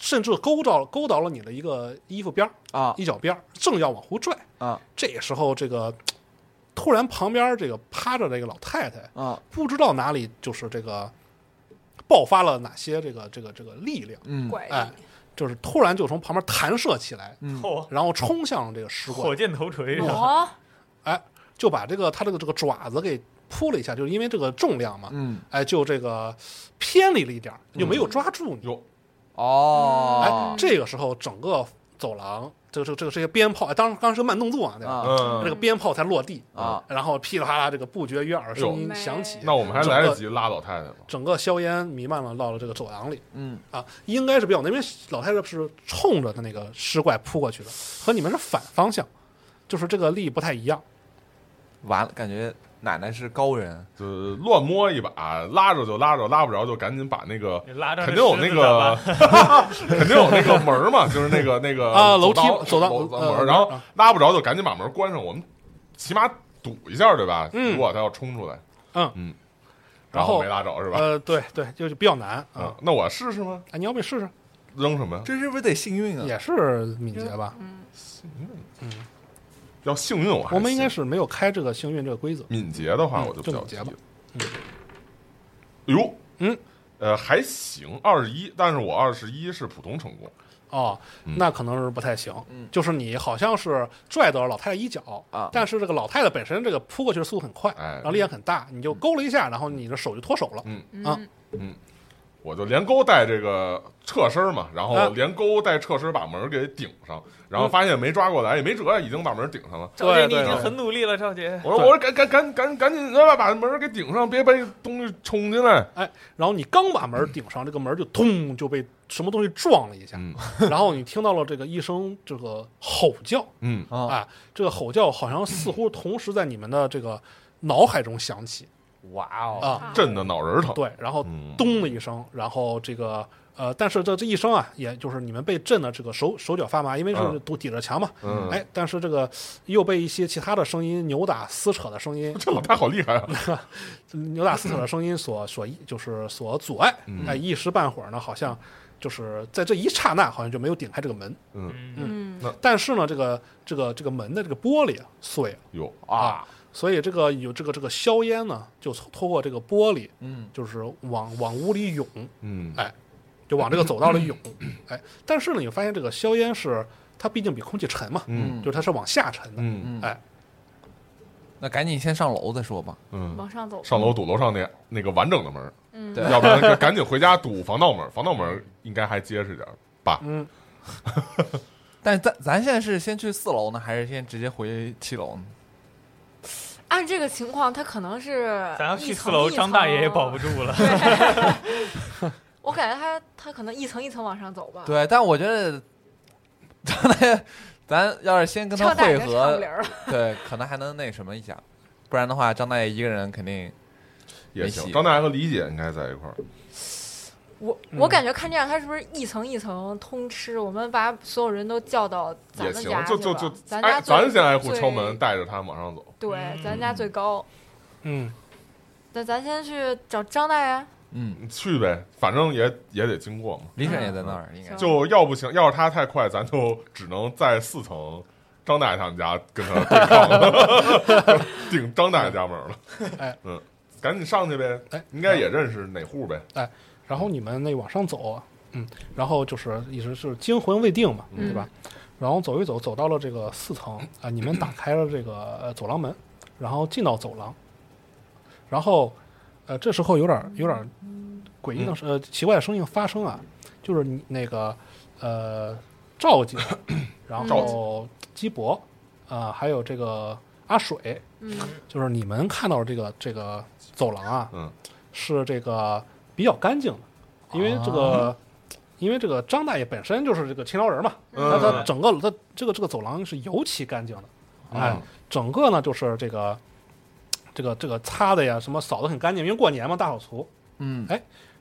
E: 甚至勾着勾倒了你的一个衣服边儿
G: 啊
E: 衣角边儿，正要往后拽
G: 啊。
E: 这时候，这个突然旁边这个趴着这个老太太，
G: 啊，
E: 不知道哪里就是这个爆发了哪些这个这个这个力量，
G: 嗯，
C: 怪
E: 哎
C: 力，
E: 就是突然就从旁边弹射起来，
B: 嚯，
E: 然后冲向这个石
B: 火
E: 怪，
B: 箭头锤，
C: 哦，
E: 哎，就把这个他这个这个爪子给扑了一下，就是因为这个重量嘛，
G: 嗯，
E: 哎，就这个偏离了一点儿，又没有抓住你。
D: 哟，
G: 哦
C: 嗯
E: 哎，，这个时候整个走廊，这个这个这个这些鞭炮，哎当然刚刚是慢动作啊，对吧？
G: 啊
E: 这
D: 嗯，
E: 个鞭炮才落地
G: 啊，
E: 然后噼里啪啦这个不绝于耳的声音响起，
D: 那我们还来得及拉老太太吗？
E: 整个硝烟弥漫了到了这个走廊里
G: 嗯，
E: 啊，应该是比较那边老太太是冲着他那个尸怪扑过去的，和你们是反方向，就是这个力不太一样。
G: 完了，感觉奶奶是高人，
D: 就是乱摸一把，拉着就拉着，拉不着就赶紧把那个
B: 你拉着
D: 肯定有
B: 这狮
D: 那
B: 子咋办
D: 个， 肯定有那个门儿嘛，就是那个那个
E: 啊楼梯
D: 走
E: 走
D: 道
E: 道
D: 走
E: 呃
D: 门儿，然后
E: 啊
D: 拉不着就赶紧把门关上，我们起码堵一下，对吧？
E: 嗯
D: 如果他要冲出来，
E: 嗯
D: 嗯，然
E: 然后
D: 没拉着是吧？
E: 呃，对对，就是比较难
D: 嗯
E: 啊。，
D: 那我试试吗？
E: 哎，你要不你试试？
D: 扔什么呀？
G: 这是不是得幸运
D: 嗯
G: 啊？
E: 也是敏捷吧？
D: 要幸运我还
E: 我们应该
D: 行
E: 是没有开这个幸运这个规则。
D: 敏捷的话，
E: 嗯
D: 我就比
E: 就
D: 较
E: 敏捷吧
D: 急了。哎呦，
E: 嗯，
D: 呃，还行，二十一，但是我二十一是普通成功，
E: 哦，
D: 嗯
E: 那可能是不太行。
G: 嗯
E: 就是你好像是拽到了老太太一脚
G: 啊
E: 但是这个老太太本身这个扑过去的速度很快，
D: 哎
E: 然后力量很大，你就勾了一下，然后你的手就脱手了。
D: 嗯
E: 啊
C: 嗯，
D: 我就连勾带这个侧身嘛，然后
E: 啊嗯
D: 连勾带侧身把门给顶上，然后发现没抓过来，也没辙，已经把门顶上了。
B: 赵姐
E: 对
B: 你已
E: 对
B: 经
E: 对，
B: 很努力了，赵姐，
D: 我说
E: 对
D: 我说赶赶赶赶赶紧的把门给顶上，别被东西冲进来。
E: 哎然后你刚把门顶上，这个门就咚就被什么东西撞了一下，
D: 嗯
E: 然后你听到了这个一声这个吼叫，
D: 嗯，
G: 啊，
E: 啊，这个吼叫好像似乎同时在你们的这个脑海中响起
G: 哇哦，
E: 啊，
D: 震得脑仁疼。
E: 对，然后
D: 嗯
E: 咚的一声，然后这个呃，但是这这一声啊，也就是你们被震的这个手手脚发麻，因为是
D: 嗯
E: 堵抵着墙嘛，
D: 嗯，
E: 哎，但是这个又被一些其他的声音扭打撕扯的声音 呃
D: 这老太好厉害啊！
E: 扭打撕扯的声音所所就是所阻碍，
D: 嗯
E: 哎，一时半会儿呢，好像就是在这一刹那，好像就没有顶开这个门，
B: 嗯，
C: 嗯，
E: 但是呢，这个这个这个门的这个玻璃啊碎了。
D: 哟，
G: 啊，
E: 所以这个有这个这个硝烟呢，就从通过这个玻璃，
G: 嗯，
E: 就是往往屋里涌，
D: 嗯
E: 哎就往这个走道里涌，哎，但是呢，你发现这个硝烟是它毕竟比空气沉嘛，
D: 嗯
E: 就是它是往下沉的。
D: 嗯
G: 嗯
E: 哎，
G: 那赶紧先上楼再说吧。
D: 嗯，
C: 往上走，
D: 上楼堵楼上那那个完整的门儿，
C: 嗯，
G: 对
D: 要不然 就赶紧回家堵防盗门儿，防盗门儿应该还结实点儿。
E: 嗯，
G: 但是咱咱现在是先去四楼呢，还是先直接回七楼呢？
C: 按这个情况，他可能是
B: 咱要去
C: 一
B: 四
C: 层
B: 楼，
C: 一
B: 张大爷也
C: 层
B: 保不住了。
C: 我感觉他他可能一层一层往上走吧。，
G: 对，但我觉得，咱俩 咱要是先跟他
C: 超大
G: 会
C: 爷跟唱
G: 合
C: 不，灵了。
G: 对，可能还能那什么一下，不然的话，张大爷一个人肯定
D: 也
G: 没
D: 行，
G: 戏
D: 张大爷和李姐应该在一块儿。
C: 我我感觉看这样，他是不是一层一层通吃？我们把所有人都叫到咱
D: 也
C: 们
D: 行
C: 家，
D: 就
C: 去
D: 就
C: 吧
D: 就，
C: 咱
D: 哎，
C: 家
D: 咱
C: 最
D: 先挨户敲
C: 最
D: 门，带着他往上走。
C: 对，咱家最高。
E: 嗯，
C: 那咱先去找张大爷。
G: 嗯，
D: 你去呗，反正也也得经过嘛。
G: 李婶也在那儿，应该
C: 行
D: 就要不行，要是他太快，咱就只能在四层张大爷他们家跟他对抗了， 顶张大爷家门了。
E: 哎，
D: 嗯，赶紧上去呗。
E: 哎
D: 应该也认识哪户呗。
E: 然后你们那往上走啊，嗯，然后就是一直是惊魂未定嘛，
C: 嗯
E: 对吧？然后走一走，走到了这个四层啊，你们打开了这个呃走廊门，然后进到走廊，然后呃，这时候有点儿有点儿诡异的是呃奇怪的声音发生啊，就是你那个呃赵姐，然后鸡脖啊、还有这个阿水，
C: 嗯
E: 就是你们看到这个这个走廊啊，
D: 嗯，
E: 是这个比较干净的，因为这个，因为这个张大爷本身就是这个勤劳人嘛，他他
D: 嗯，
E: 整个他这个这个走廊是尤其干净的，哎，
D: 嗯
E: 整个呢就是这个这个这个擦的呀什么扫的很干净，因为过年嘛大扫除。
G: 嗯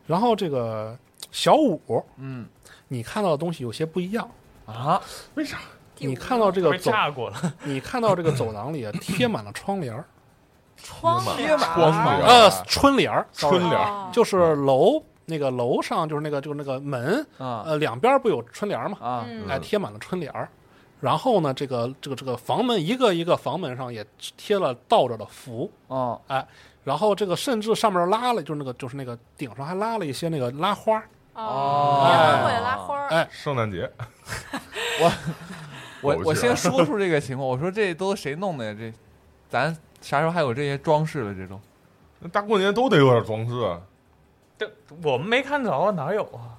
E: 然后这个小五，
G: 嗯
E: 你看到的东西有些不一样，
G: 啊，
D: 为啥？
C: 第
E: 你
C: 五
E: 看到这个
B: 被
E: 走，
B: 炸过了，
E: 你看到这个走廊里啊贴满了窗帘儿，
C: 窗
D: 嘛
C: 帘儿
D: 窗帘
E: 呃，春联儿，
D: 春
E: ，sorry
D: 联儿
C: 哦
E: 就是楼那个楼上就是那个就是那个门，
G: 啊
E: 呃，两边儿不有春联儿嘛，
G: 啊
C: 嗯
E: 哎，贴满了春联儿。然后呢，这个这个这个房门一个一个房门上也贴了倒着的符，
G: 啊
E: 然后这个甚至上面拉了，就是那个就是那个顶上还拉了一些那个拉花儿，
C: 哦，烟花会拉花儿，
E: 哎，
D: 圣诞节
G: 我
D: 我
G: 我
D: 去
G: 先说出这个情况， 我说这都谁弄的呀？这咱啥时候还有这些装饰了？这种
D: 大过年都得有点装饰啊。
B: 这我们没看着啊，哪有啊？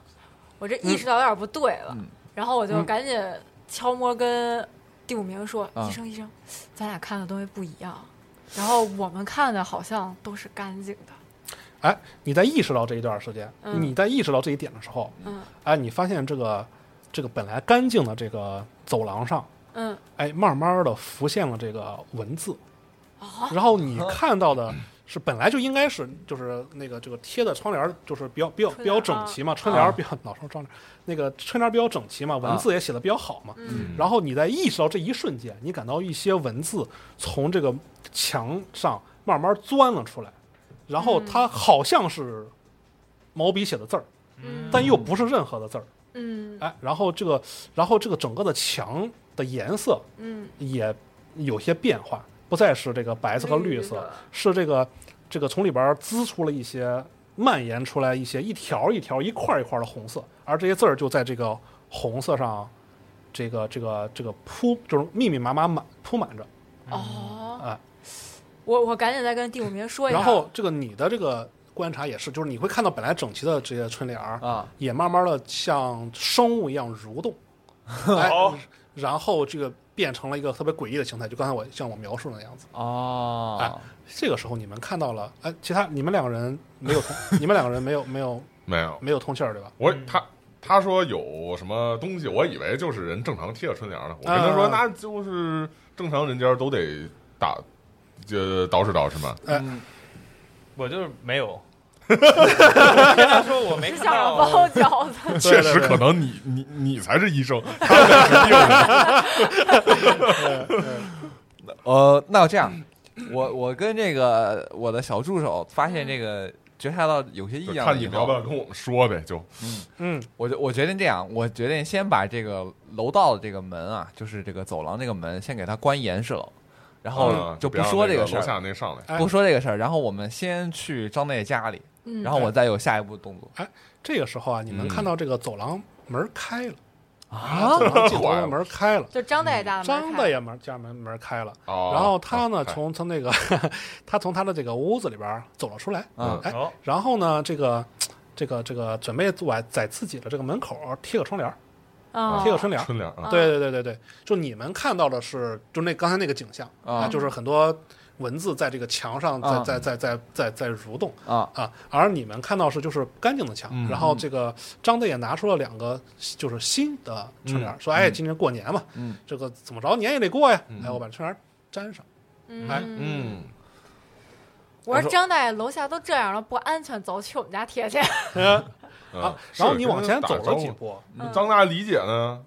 C: 我
E: 嗯
C: 这意识到有点不对了
G: 嗯，
C: 然后我就赶紧悄摸跟第五名说：“
G: 啊
C: 医生，医生，咱俩看的东西不一样，然后我们看的好像都是干净的。
E: 哎，你在意识到这一段时间，
C: 嗯
E: 你在意识到这一点的时候，
C: 嗯
E: 哎，你发现这个这个本来干净的这个走廊上，”
C: 嗯，
E: 哎，慢慢的浮现了这个文字，
C: 嗯哦啊
E: 然后你看到的是本来就应该是就是那个这个贴的窗帘儿就是比较比较
C: 春
E: 比
C: 联儿啊
E: 较整齐嘛，春联儿比较老说窗帘儿，那个春联儿比较整齐嘛，
C: 啊
E: 文字也写的比较好嘛。
C: 嗯
E: 然后你在意识到这一瞬间，你感到一些文字从这个墙上慢慢钻了出来，然后
C: 嗯
E: 它好像是毛笔写的字儿，
C: 嗯
E: 但又不是任何的字儿。
C: 嗯
E: 哎，然后这个然后这个整个的墙的颜色
C: 嗯，
E: 也有些变化，不再是这个白色和绿色，
C: 的
E: 是这个这个从里边儿滋出了一些蔓延出来一些一条一条一块一块的红色，而这些字儿就在这个红色上，这个这个这个铺就是密密麻麻满铺满着。
C: 哦，
E: 哎
C: 我我赶紧再跟第五名说一下，
E: 然后这个你的这个观察也是，就是你会看到本来整齐的这些春联儿，
G: 啊
E: 也慢慢的像生物一样蠕动，哎
B: 好，
E: 然后这个变成了一个特别诡异的形态，就刚才我像我描述的那样子。
G: 哦，
E: 这个时候你们看到了，哎，其他你们两个人没有通，你们两个人没有没有
D: 没有，
E: 没有通气儿对吧？
D: 我
B: 嗯
D: 他他说有什么东西，我以为就是人正常贴个春联呢。我跟他说，
E: 啊
D: 那就是正常人家都得打，就捯饬捯饬嘛。
G: 嗯
B: 我就是没有。跟他说我没
C: 只
B: 看
C: 想着
B: 到，
C: 包饺子，
D: 确
E: 对
D: 实，
E: 对
D: 可能你你你才是医生，他们是病人。
G: 呃，那我这样， 我我跟这个我的小助手发现这个觉察到有些异
D: 就
G: 样了
D: 看
G: 以
D: 你们要不
G: 后，
D: 要跟我们说呗，就
E: 嗯
G: 我就我决定这样，我决定先把这个楼道的这个门啊，就是这个走廊这个门，先给它关严实了，然
E: 哦
G: 后
D: 嗯
G: 就
D: 就
G: 不说这
D: 个
G: 个事
D: 楼
G: 儿，
D: 下那上来。
E: 哎
G: 不说这个事儿，然后我们先去张大爷家里，
C: 嗯
G: 然后我再有下一步动作。
D: 嗯
E: 这个时候啊，你们看到这个走廊门开了，
G: 啊
E: 走廊尽头的门开了。
C: 嗯就张大爷家的啊门
E: 张
C: 开嗯
E: 大爷门家门门开了，
D: 哦
E: 然后他呢，
D: 哦嗨
E: 从从那个 他从他的这个屋子里边儿走了出来，
G: 嗯
E: 哎
B: 哦，
E: 然后呢，这个这个这个准备在在自己的这个门口儿贴个窗帘儿，
C: 哦
E: 贴个窗帘儿，
D: 春凉啊，
E: 对对对对对，就你们看到的是，就那刚才那个景象
G: 啊
E: 就是很多文字在这个墙上在、
G: 啊
E: 在在在在在蠕动
G: 啊
E: 啊，而你们看到是就是干净的墙，
D: 嗯
E: 然后这个张队也拿出了两个就是新的春联儿，说哎，今年过年嘛，
G: 嗯
E: 这个怎么着年也得过呀，
D: 嗯
E: 哎，我把春联儿粘上，哎
C: 嗯，
D: 嗯，
C: 我说张大爷楼下都这样了，不安全，走去我们家贴去。
D: 啊
E: 然后你往前走了几，步，嗯
D: 是张大理解呢？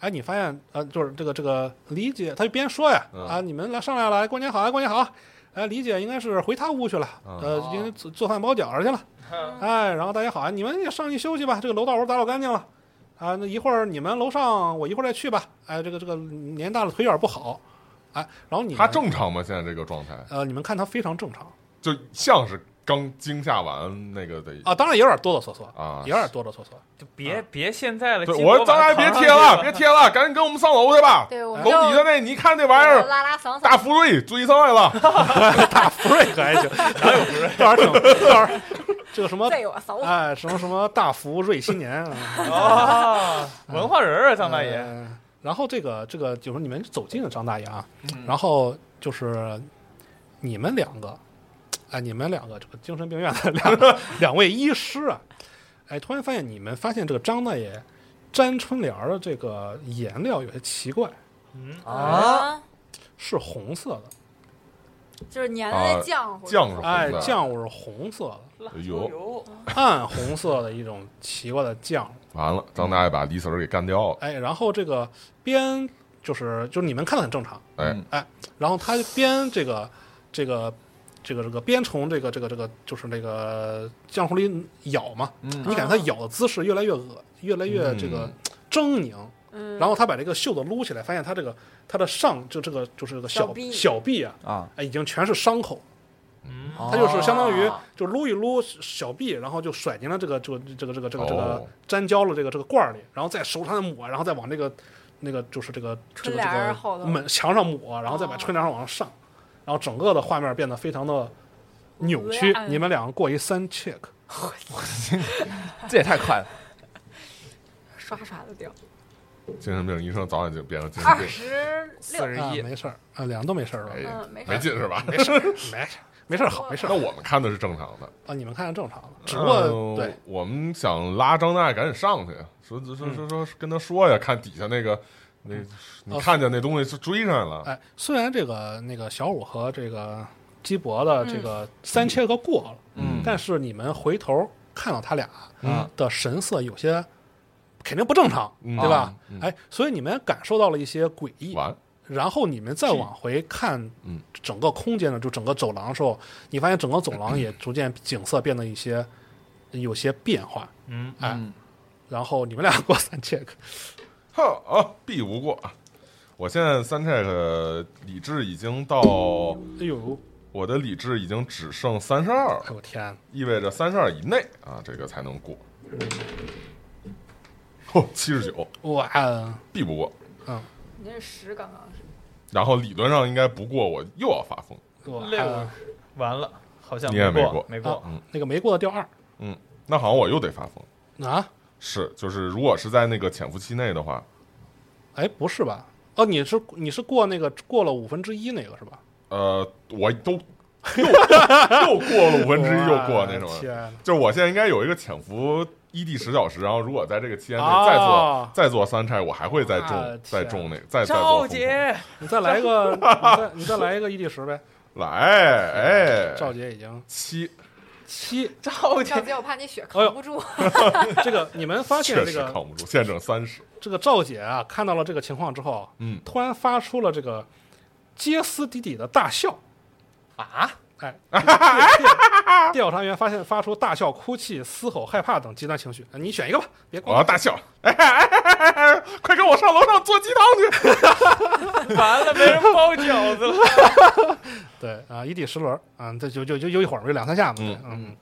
E: 哎，你发现呃，就是这个这个李姐，她就边说呀，
D: 嗯
E: 啊，你们来上来了，哎过年好，哎，过年好。哎，李姐应该是回她屋去了，
D: 嗯
E: 呃，因为做做饭包饺子去了。哎，然后大家好啊，你们也上去休息吧，这个楼道我都打扫干净了。啊，那一会儿你们楼上，我一会儿再去吧。哎，这个这个年大了腿有点不好，哎，然后你们
D: 他正常吗？现在这个状态，
E: 呃，你们看她非常正常
D: 就像是刚惊吓完那个的
E: 啊，当然也有点哆哆嗦嗦，
D: 啊
E: 也有点哆哆嗦 嗦。
B: 就别别现在了。
D: 对，
B: 金箔
D: 我说张
B: 把
D: 大
B: 它
D: 爷别
B: 扛
D: 贴
B: 上去
D: 了，别贴了，赶紧跟我们上楼去吧。
C: 对，我们
D: 楼底下那，你看那玩意
C: 就
D: 儿，
C: 拉拉嗓
D: 大
C: 嗓，
D: 福瑞追上 来了，
E: 福瑞可还行，哪有福瑞？倒是 挺，倒是这个什么
C: 对我嫂子。
E: 哎，什么什么大福瑞新年啊。
B: 啊，文化人儿啊，张大爷，
E: 呃然后这个这个，就是你们走近了张大爷啊，
B: 嗯
E: 然后就是你们两个，哎，你们两个这个精神病院 的两个两位医师啊，哎，突然发现你们发现这个张大爷粘春联儿的这个颜料有些奇怪，
B: 嗯，
G: 啊，，
E: 是红色的，
C: 就是粘的那浆糊，
D: 酱是红的
E: 哎，，酱味儿红色的，
D: 哎呦，
B: 油，
E: 暗红色的一种奇怪的酱，
D: 完了，张大爷把李 Sir 给干掉了，
E: 哎，然后这个边就是就是你们看的很正常。
D: 哎，
E: 然后他边这个这个这个这个边从这个这个这个就是那个浆糊里咬嘛，你感觉他咬的姿势越来越恶，越来越这个狰狞。
C: 嗯，
E: 然后他把这个袖子撸起来，发现他这个他的上就这个就是这个
C: 小
E: 小
C: 臂
E: 小臂啊，
G: 啊，
E: 哎，已经全是伤口，
B: 嗯，
E: 他就是相当于
D: 啊
G: 哦
E: 就撸一撸小臂，然后就甩进了这个这个这个这个这个这个
D: 哦
E: 粘胶了这个这个罐儿里，然后再手上抹，然后再往这个那个就是这个这
C: 春
E: 个
C: 联儿
E: 这
C: 后
E: 个
C: 头
E: 门墙上抹，然后再把
C: 哦
E: 春联儿往上上，然后整个的画面变得非常的扭曲
C: 文。案
E: 你们两个过一三 check，
G: 这也太快了，
C: 刷刷的掉，
D: 精神病医生早晚就变成精神
C: 二
D: 病，
C: 十
B: 四
C: 六，
B: 十
E: 啊，
B: 一，
E: 没事儿啊，两个都没事儿了，
D: 哎呀
C: 嗯，没事
D: 没劲是吧？没事，
E: 没事儿 没事儿好，没事儿
D: 那我们看的是正常的，
E: 啊，你们看着正常的，只不过
D: 嗯
E: 对，
D: 我们想拉张大爷赶紧上去，说说
E: 嗯
D: 说说跟他说呀，看底下那个那，你看见那东西就追上来了，
E: 哎，虽然这个那个小五和这个基博的这个三 check 过了，
D: 嗯
E: 但是你们回头看到他俩
D: 嗯
E: 的神色有些肯定不正常，
D: 嗯
E: 对吧？
D: 嗯
E: 哎，所以你们感受到了一些诡异。
D: 完，
E: 然后你们再往回看
D: 嗯
E: 整个空间呢，就整个走廊的时候，你发现整个走廊也逐渐景色变得一些有些变化。
B: 嗯，
E: 哎，
G: 嗯
E: 然后你们俩过三 check，
D: 哼啊，必无过。我现在三 check 理智已经到，
E: 哎呦，
D: 我的理智已经只剩三十二，
E: 哎呦天，
D: 意味着三十二以内啊，这个才能过。嚯、七十九
E: 哇，
D: 必不过，
C: 你这是十刚刚是，
D: 然后理论上应该不过，我又要发疯。
E: 哇
B: 六完了，好像
D: 你也
B: 没
D: 没过
B: 没
E: 啊
B: 过，
E: 那个没过的掉二
D: 嗯那好像我又得发疯。
E: 啊？
D: 是，就是如果是在那个潜伏期内的话，
E: 哎，不是吧？哦，你是你是过那个过了五分之一那个是吧？
D: 呃，我都又又过了五分之一，又过那种
E: 哇
D: 的。
E: 天哪
D: 就是我现在应该有一个潜伏一 d 十小时，然后如果在这个期间内
E: 哦
D: 再做、再做三拆，我还会再中、
E: 啊天
D: 再中那再再做
B: 赵
D: 疯狂
B: 姐，
E: 你再来一个，你再你再来一个一 d 十呗。
D: 来
E: 啊赵
D: 哎
E: 姐已 经
D: 七
E: 七，
B: 赵
C: 赵
B: 姐，
C: 姐我怕你血
E: 哎
C: 扛
E: 呦
C: 不住，
E: 这个你们发现
D: 确
E: 这
D: 实
E: 个
D: 扛不住，现在剩三十，
E: 这个赵姐啊，看到了这个情况之后，
D: 嗯，
E: 突然发出了这个歇斯底里的大笑啊！哎，这个调哎调查员发现发出大笑、哭泣、嘶吼、害怕等极端情绪，你选一个吧，别
D: 我
E: 光
D: 要大笑，哎哎哎哎哎哎，快跟我上楼上做鸡汤去！
B: 完了，没人包饺子了，
E: 对啊，一地十轮啊，这就就就就一会儿，就两三下嘛，对
D: 嗯
E: 嗯，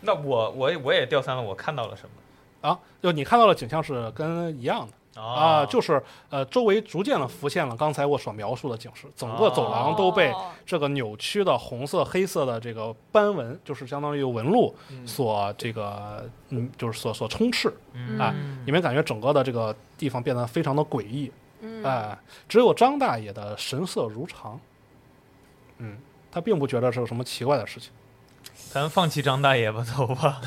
B: 那我我也我也掉三了，我看到了什么？
E: 啊，就你看到的景象是跟一样的。啊、就是呃，周围逐渐的浮现了刚才我所描述的景致，整个走廊都被
C: 哦
E: 这个扭曲的红色、黑色的这个斑纹，就是相当于纹路所这个嗯，就是所所充斥啊，
B: 嗯
E: 你们感觉整个的这个地方变得非常的诡异
C: 嗯，
E: 啊，只有张大爷的神色如常，嗯，他并不觉得是有什么奇怪的事情。
B: 咱放弃张大爷吧，走吧。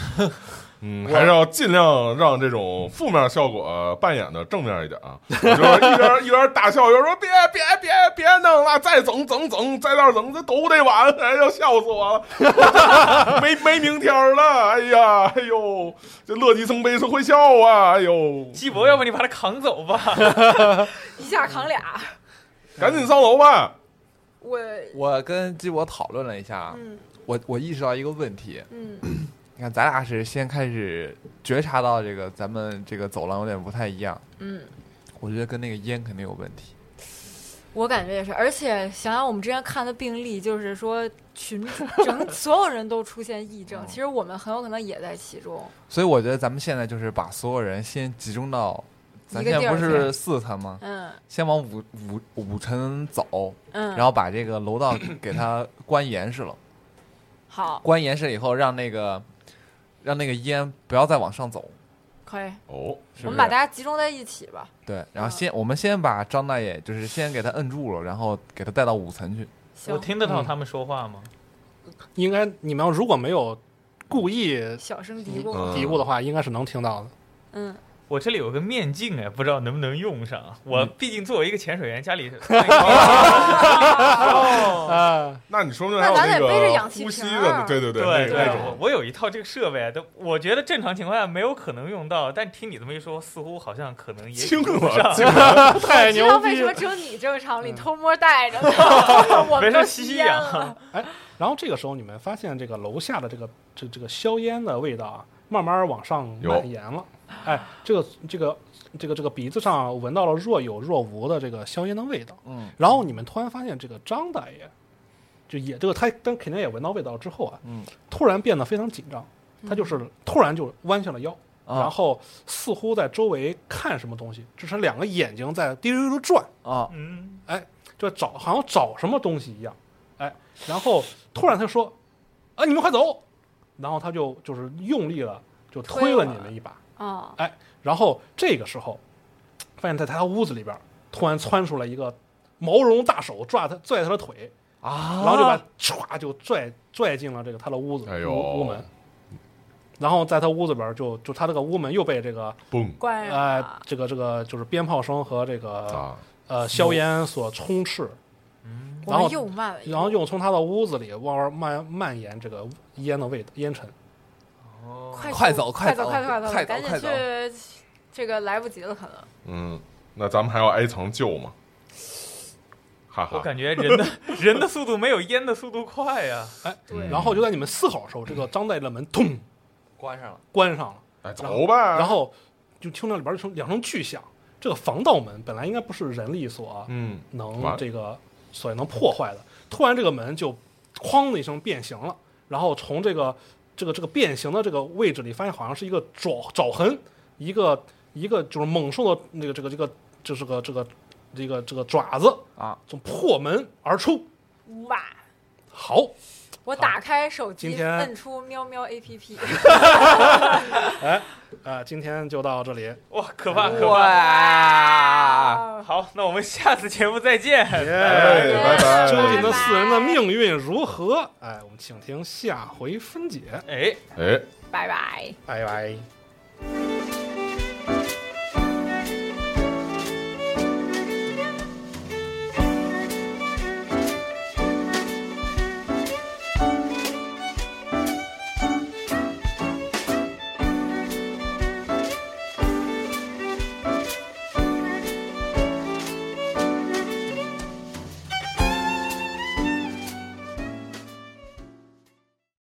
D: 嗯，还是要尽量让这种负面效果呃扮演的正面一点啊。我就一边一边大笑，一边说别别别别弄了，再整整整，在那儿整这都得完， 哎呀，笑死我了， 没没明天了，哎呀，哎呦，这乐极生悲是会笑啊，哎呦，
B: 季博，要不你把他扛走吧？
C: 一下扛俩，
D: 赶紧上楼吧。
C: 我
G: 我跟基博讨论了一
F: 啊
G: 下，
C: 嗯
G: 我我意识到一个问题，
C: 嗯
G: 你看咱俩是先开始觉察到这个咱们这个走廊有点不太一样，
C: 嗯，
G: 我觉得跟那个烟肯定有问题。
C: 我感觉也是，而且想想我们之前看的病例，就是说群主整所有人都出现癔症，其实我们很有可能也在其中。
G: 所以我觉得咱们现在就是把所有人先集中到，咱
C: 一个
G: 现在不
C: 地儿
G: 是四层吗？
C: 嗯
G: 先往五五五层走，
C: 嗯，
G: 然后把这个楼道给它关严实了，
C: 好，
G: 关严实以后让那个让那个烟不要再往上走，
C: 可以，
D: 哦，
G: 是不
C: 我们
G: 是？
C: 把大家集中在一起吧。
G: 对，然后
C: 嗯
G: 先我们先把张大爷就是先给他摁住了，然后给他带到五层去。
B: 我
C: 行，
B: 听得到他们说话吗？
E: 应该你们要如果没有故意
C: 小声嘀咕。
D: 嗯
E: 嘀咕的话，应该是能听到的。
C: 嗯，
B: 我这里有个面镜哎，不知道能不能用上啊。我
D: 嗯
B: 毕竟作为一个潜水员，家 里哦
E: 啊，
D: 那你说不定还
C: 那
D: 有
C: 咱
D: 那
C: 得背着
D: 个
C: 氧气
D: 呼吸
C: 瓶啊
D: 的
C: 儿，
D: 对对对，
B: 对
D: 那个那
B: 对，我
D: 种
B: 我有一套这个设备，但我觉得正常情况下没有可能用到，但听你这么一说，似乎好像可能也
D: 轻
B: 用
D: 了
B: 上。
E: 啊 太
C: 知
E: 牛
C: 道为
E: 逼
C: 什
E: 了
C: 么！只有你正常，你偷摸带着，我
B: 没
C: 们
B: 事
C: 都
B: 吸吸
C: 烟
B: 氧
C: 了。
E: 然后这个时候你们发现这个楼下的这个这这个硝烟的味道啊，慢慢往上
D: 有
E: 蔓延了。哎，这个这个这个这个鼻子上闻到了若有若无的这个硝烟的味道。
G: 嗯，
E: 然后你们突然发现这个张大爷，就也这个他但肯定也闻到味道之后啊，
G: 嗯，
E: 突然变得非常紧张，他就是突然就弯下了腰。
G: 啊
E: 然后似乎在周围看什么东西，只是两个眼睛在滴溜溜转，
G: 啊，
B: 嗯，
E: 就找好像找什么东西一样，哎，然后突然他说：“啊，你们快走！”然后他就就是用力了，就推了
C: 推了
E: 你们一把。
C: 啊，
E: 然后这个时候，发现在他屋子里边突然窜出来一个毛绒大手，抓他拽他的腿啊，然后就把歘就拽拽进了这个他的屋子、
D: 哎呦
E: 屋屋门。然后在他屋子里边就就他这个屋门又被这个
D: 嘣
C: 关上
E: 呃
C: 了。
E: 这个这个就是鞭炮声和这个
D: 啊，
E: 呃硝烟所充斥，
C: 我
E: 然后
C: 们又慢了一步，
E: 然后又从他的屋子里往外蔓蔓延这个烟的味道烟尘。
C: 快
G: 快
C: 走
G: 走
C: 快
G: 快
C: 走
G: 走
C: 快走
G: 快走
C: 赶紧
G: 快走
C: 去，这个来不及了，可能
D: 嗯，那咱们还要挨层救吗？哈
B: 我
D: 哈，
B: 感觉人的人的速度没有烟的速度快呀。
E: 哎，
C: 对
E: 然后就在你们嘶吼的时候，这个张大爷的门咚
G: 关上了。
E: 关上了，
D: 哎，走吧。
E: 然后就听到里边一声两声巨响。这个防盗门本来应该不是人力所
D: 嗯，
E: 能
D: 完
E: 这个所能破坏的，突然这个门就哐的一声变形了，然后从这个这个这个变形的这个位置里，发现好像是一个爪爪痕，一个一个就是猛兽的那个这个这个就是个这个这个这个爪子
G: 啊，
E: 从破门而出。
C: 哇！
E: 好，
C: 我打开手
E: 今
C: 机，
E: 天
C: 摁出喵喵 A P P，
E: 呃，今天就到这里，
B: 哇，可怕可怕！
G: 哇！
B: 好，那我们下次节目再见。
D: 哎，拜拜。
E: 究竟那四人的命运如何？哎，我们请听下回分解。
B: 哎。
D: 哎。
C: 拜拜。
E: 拜拜。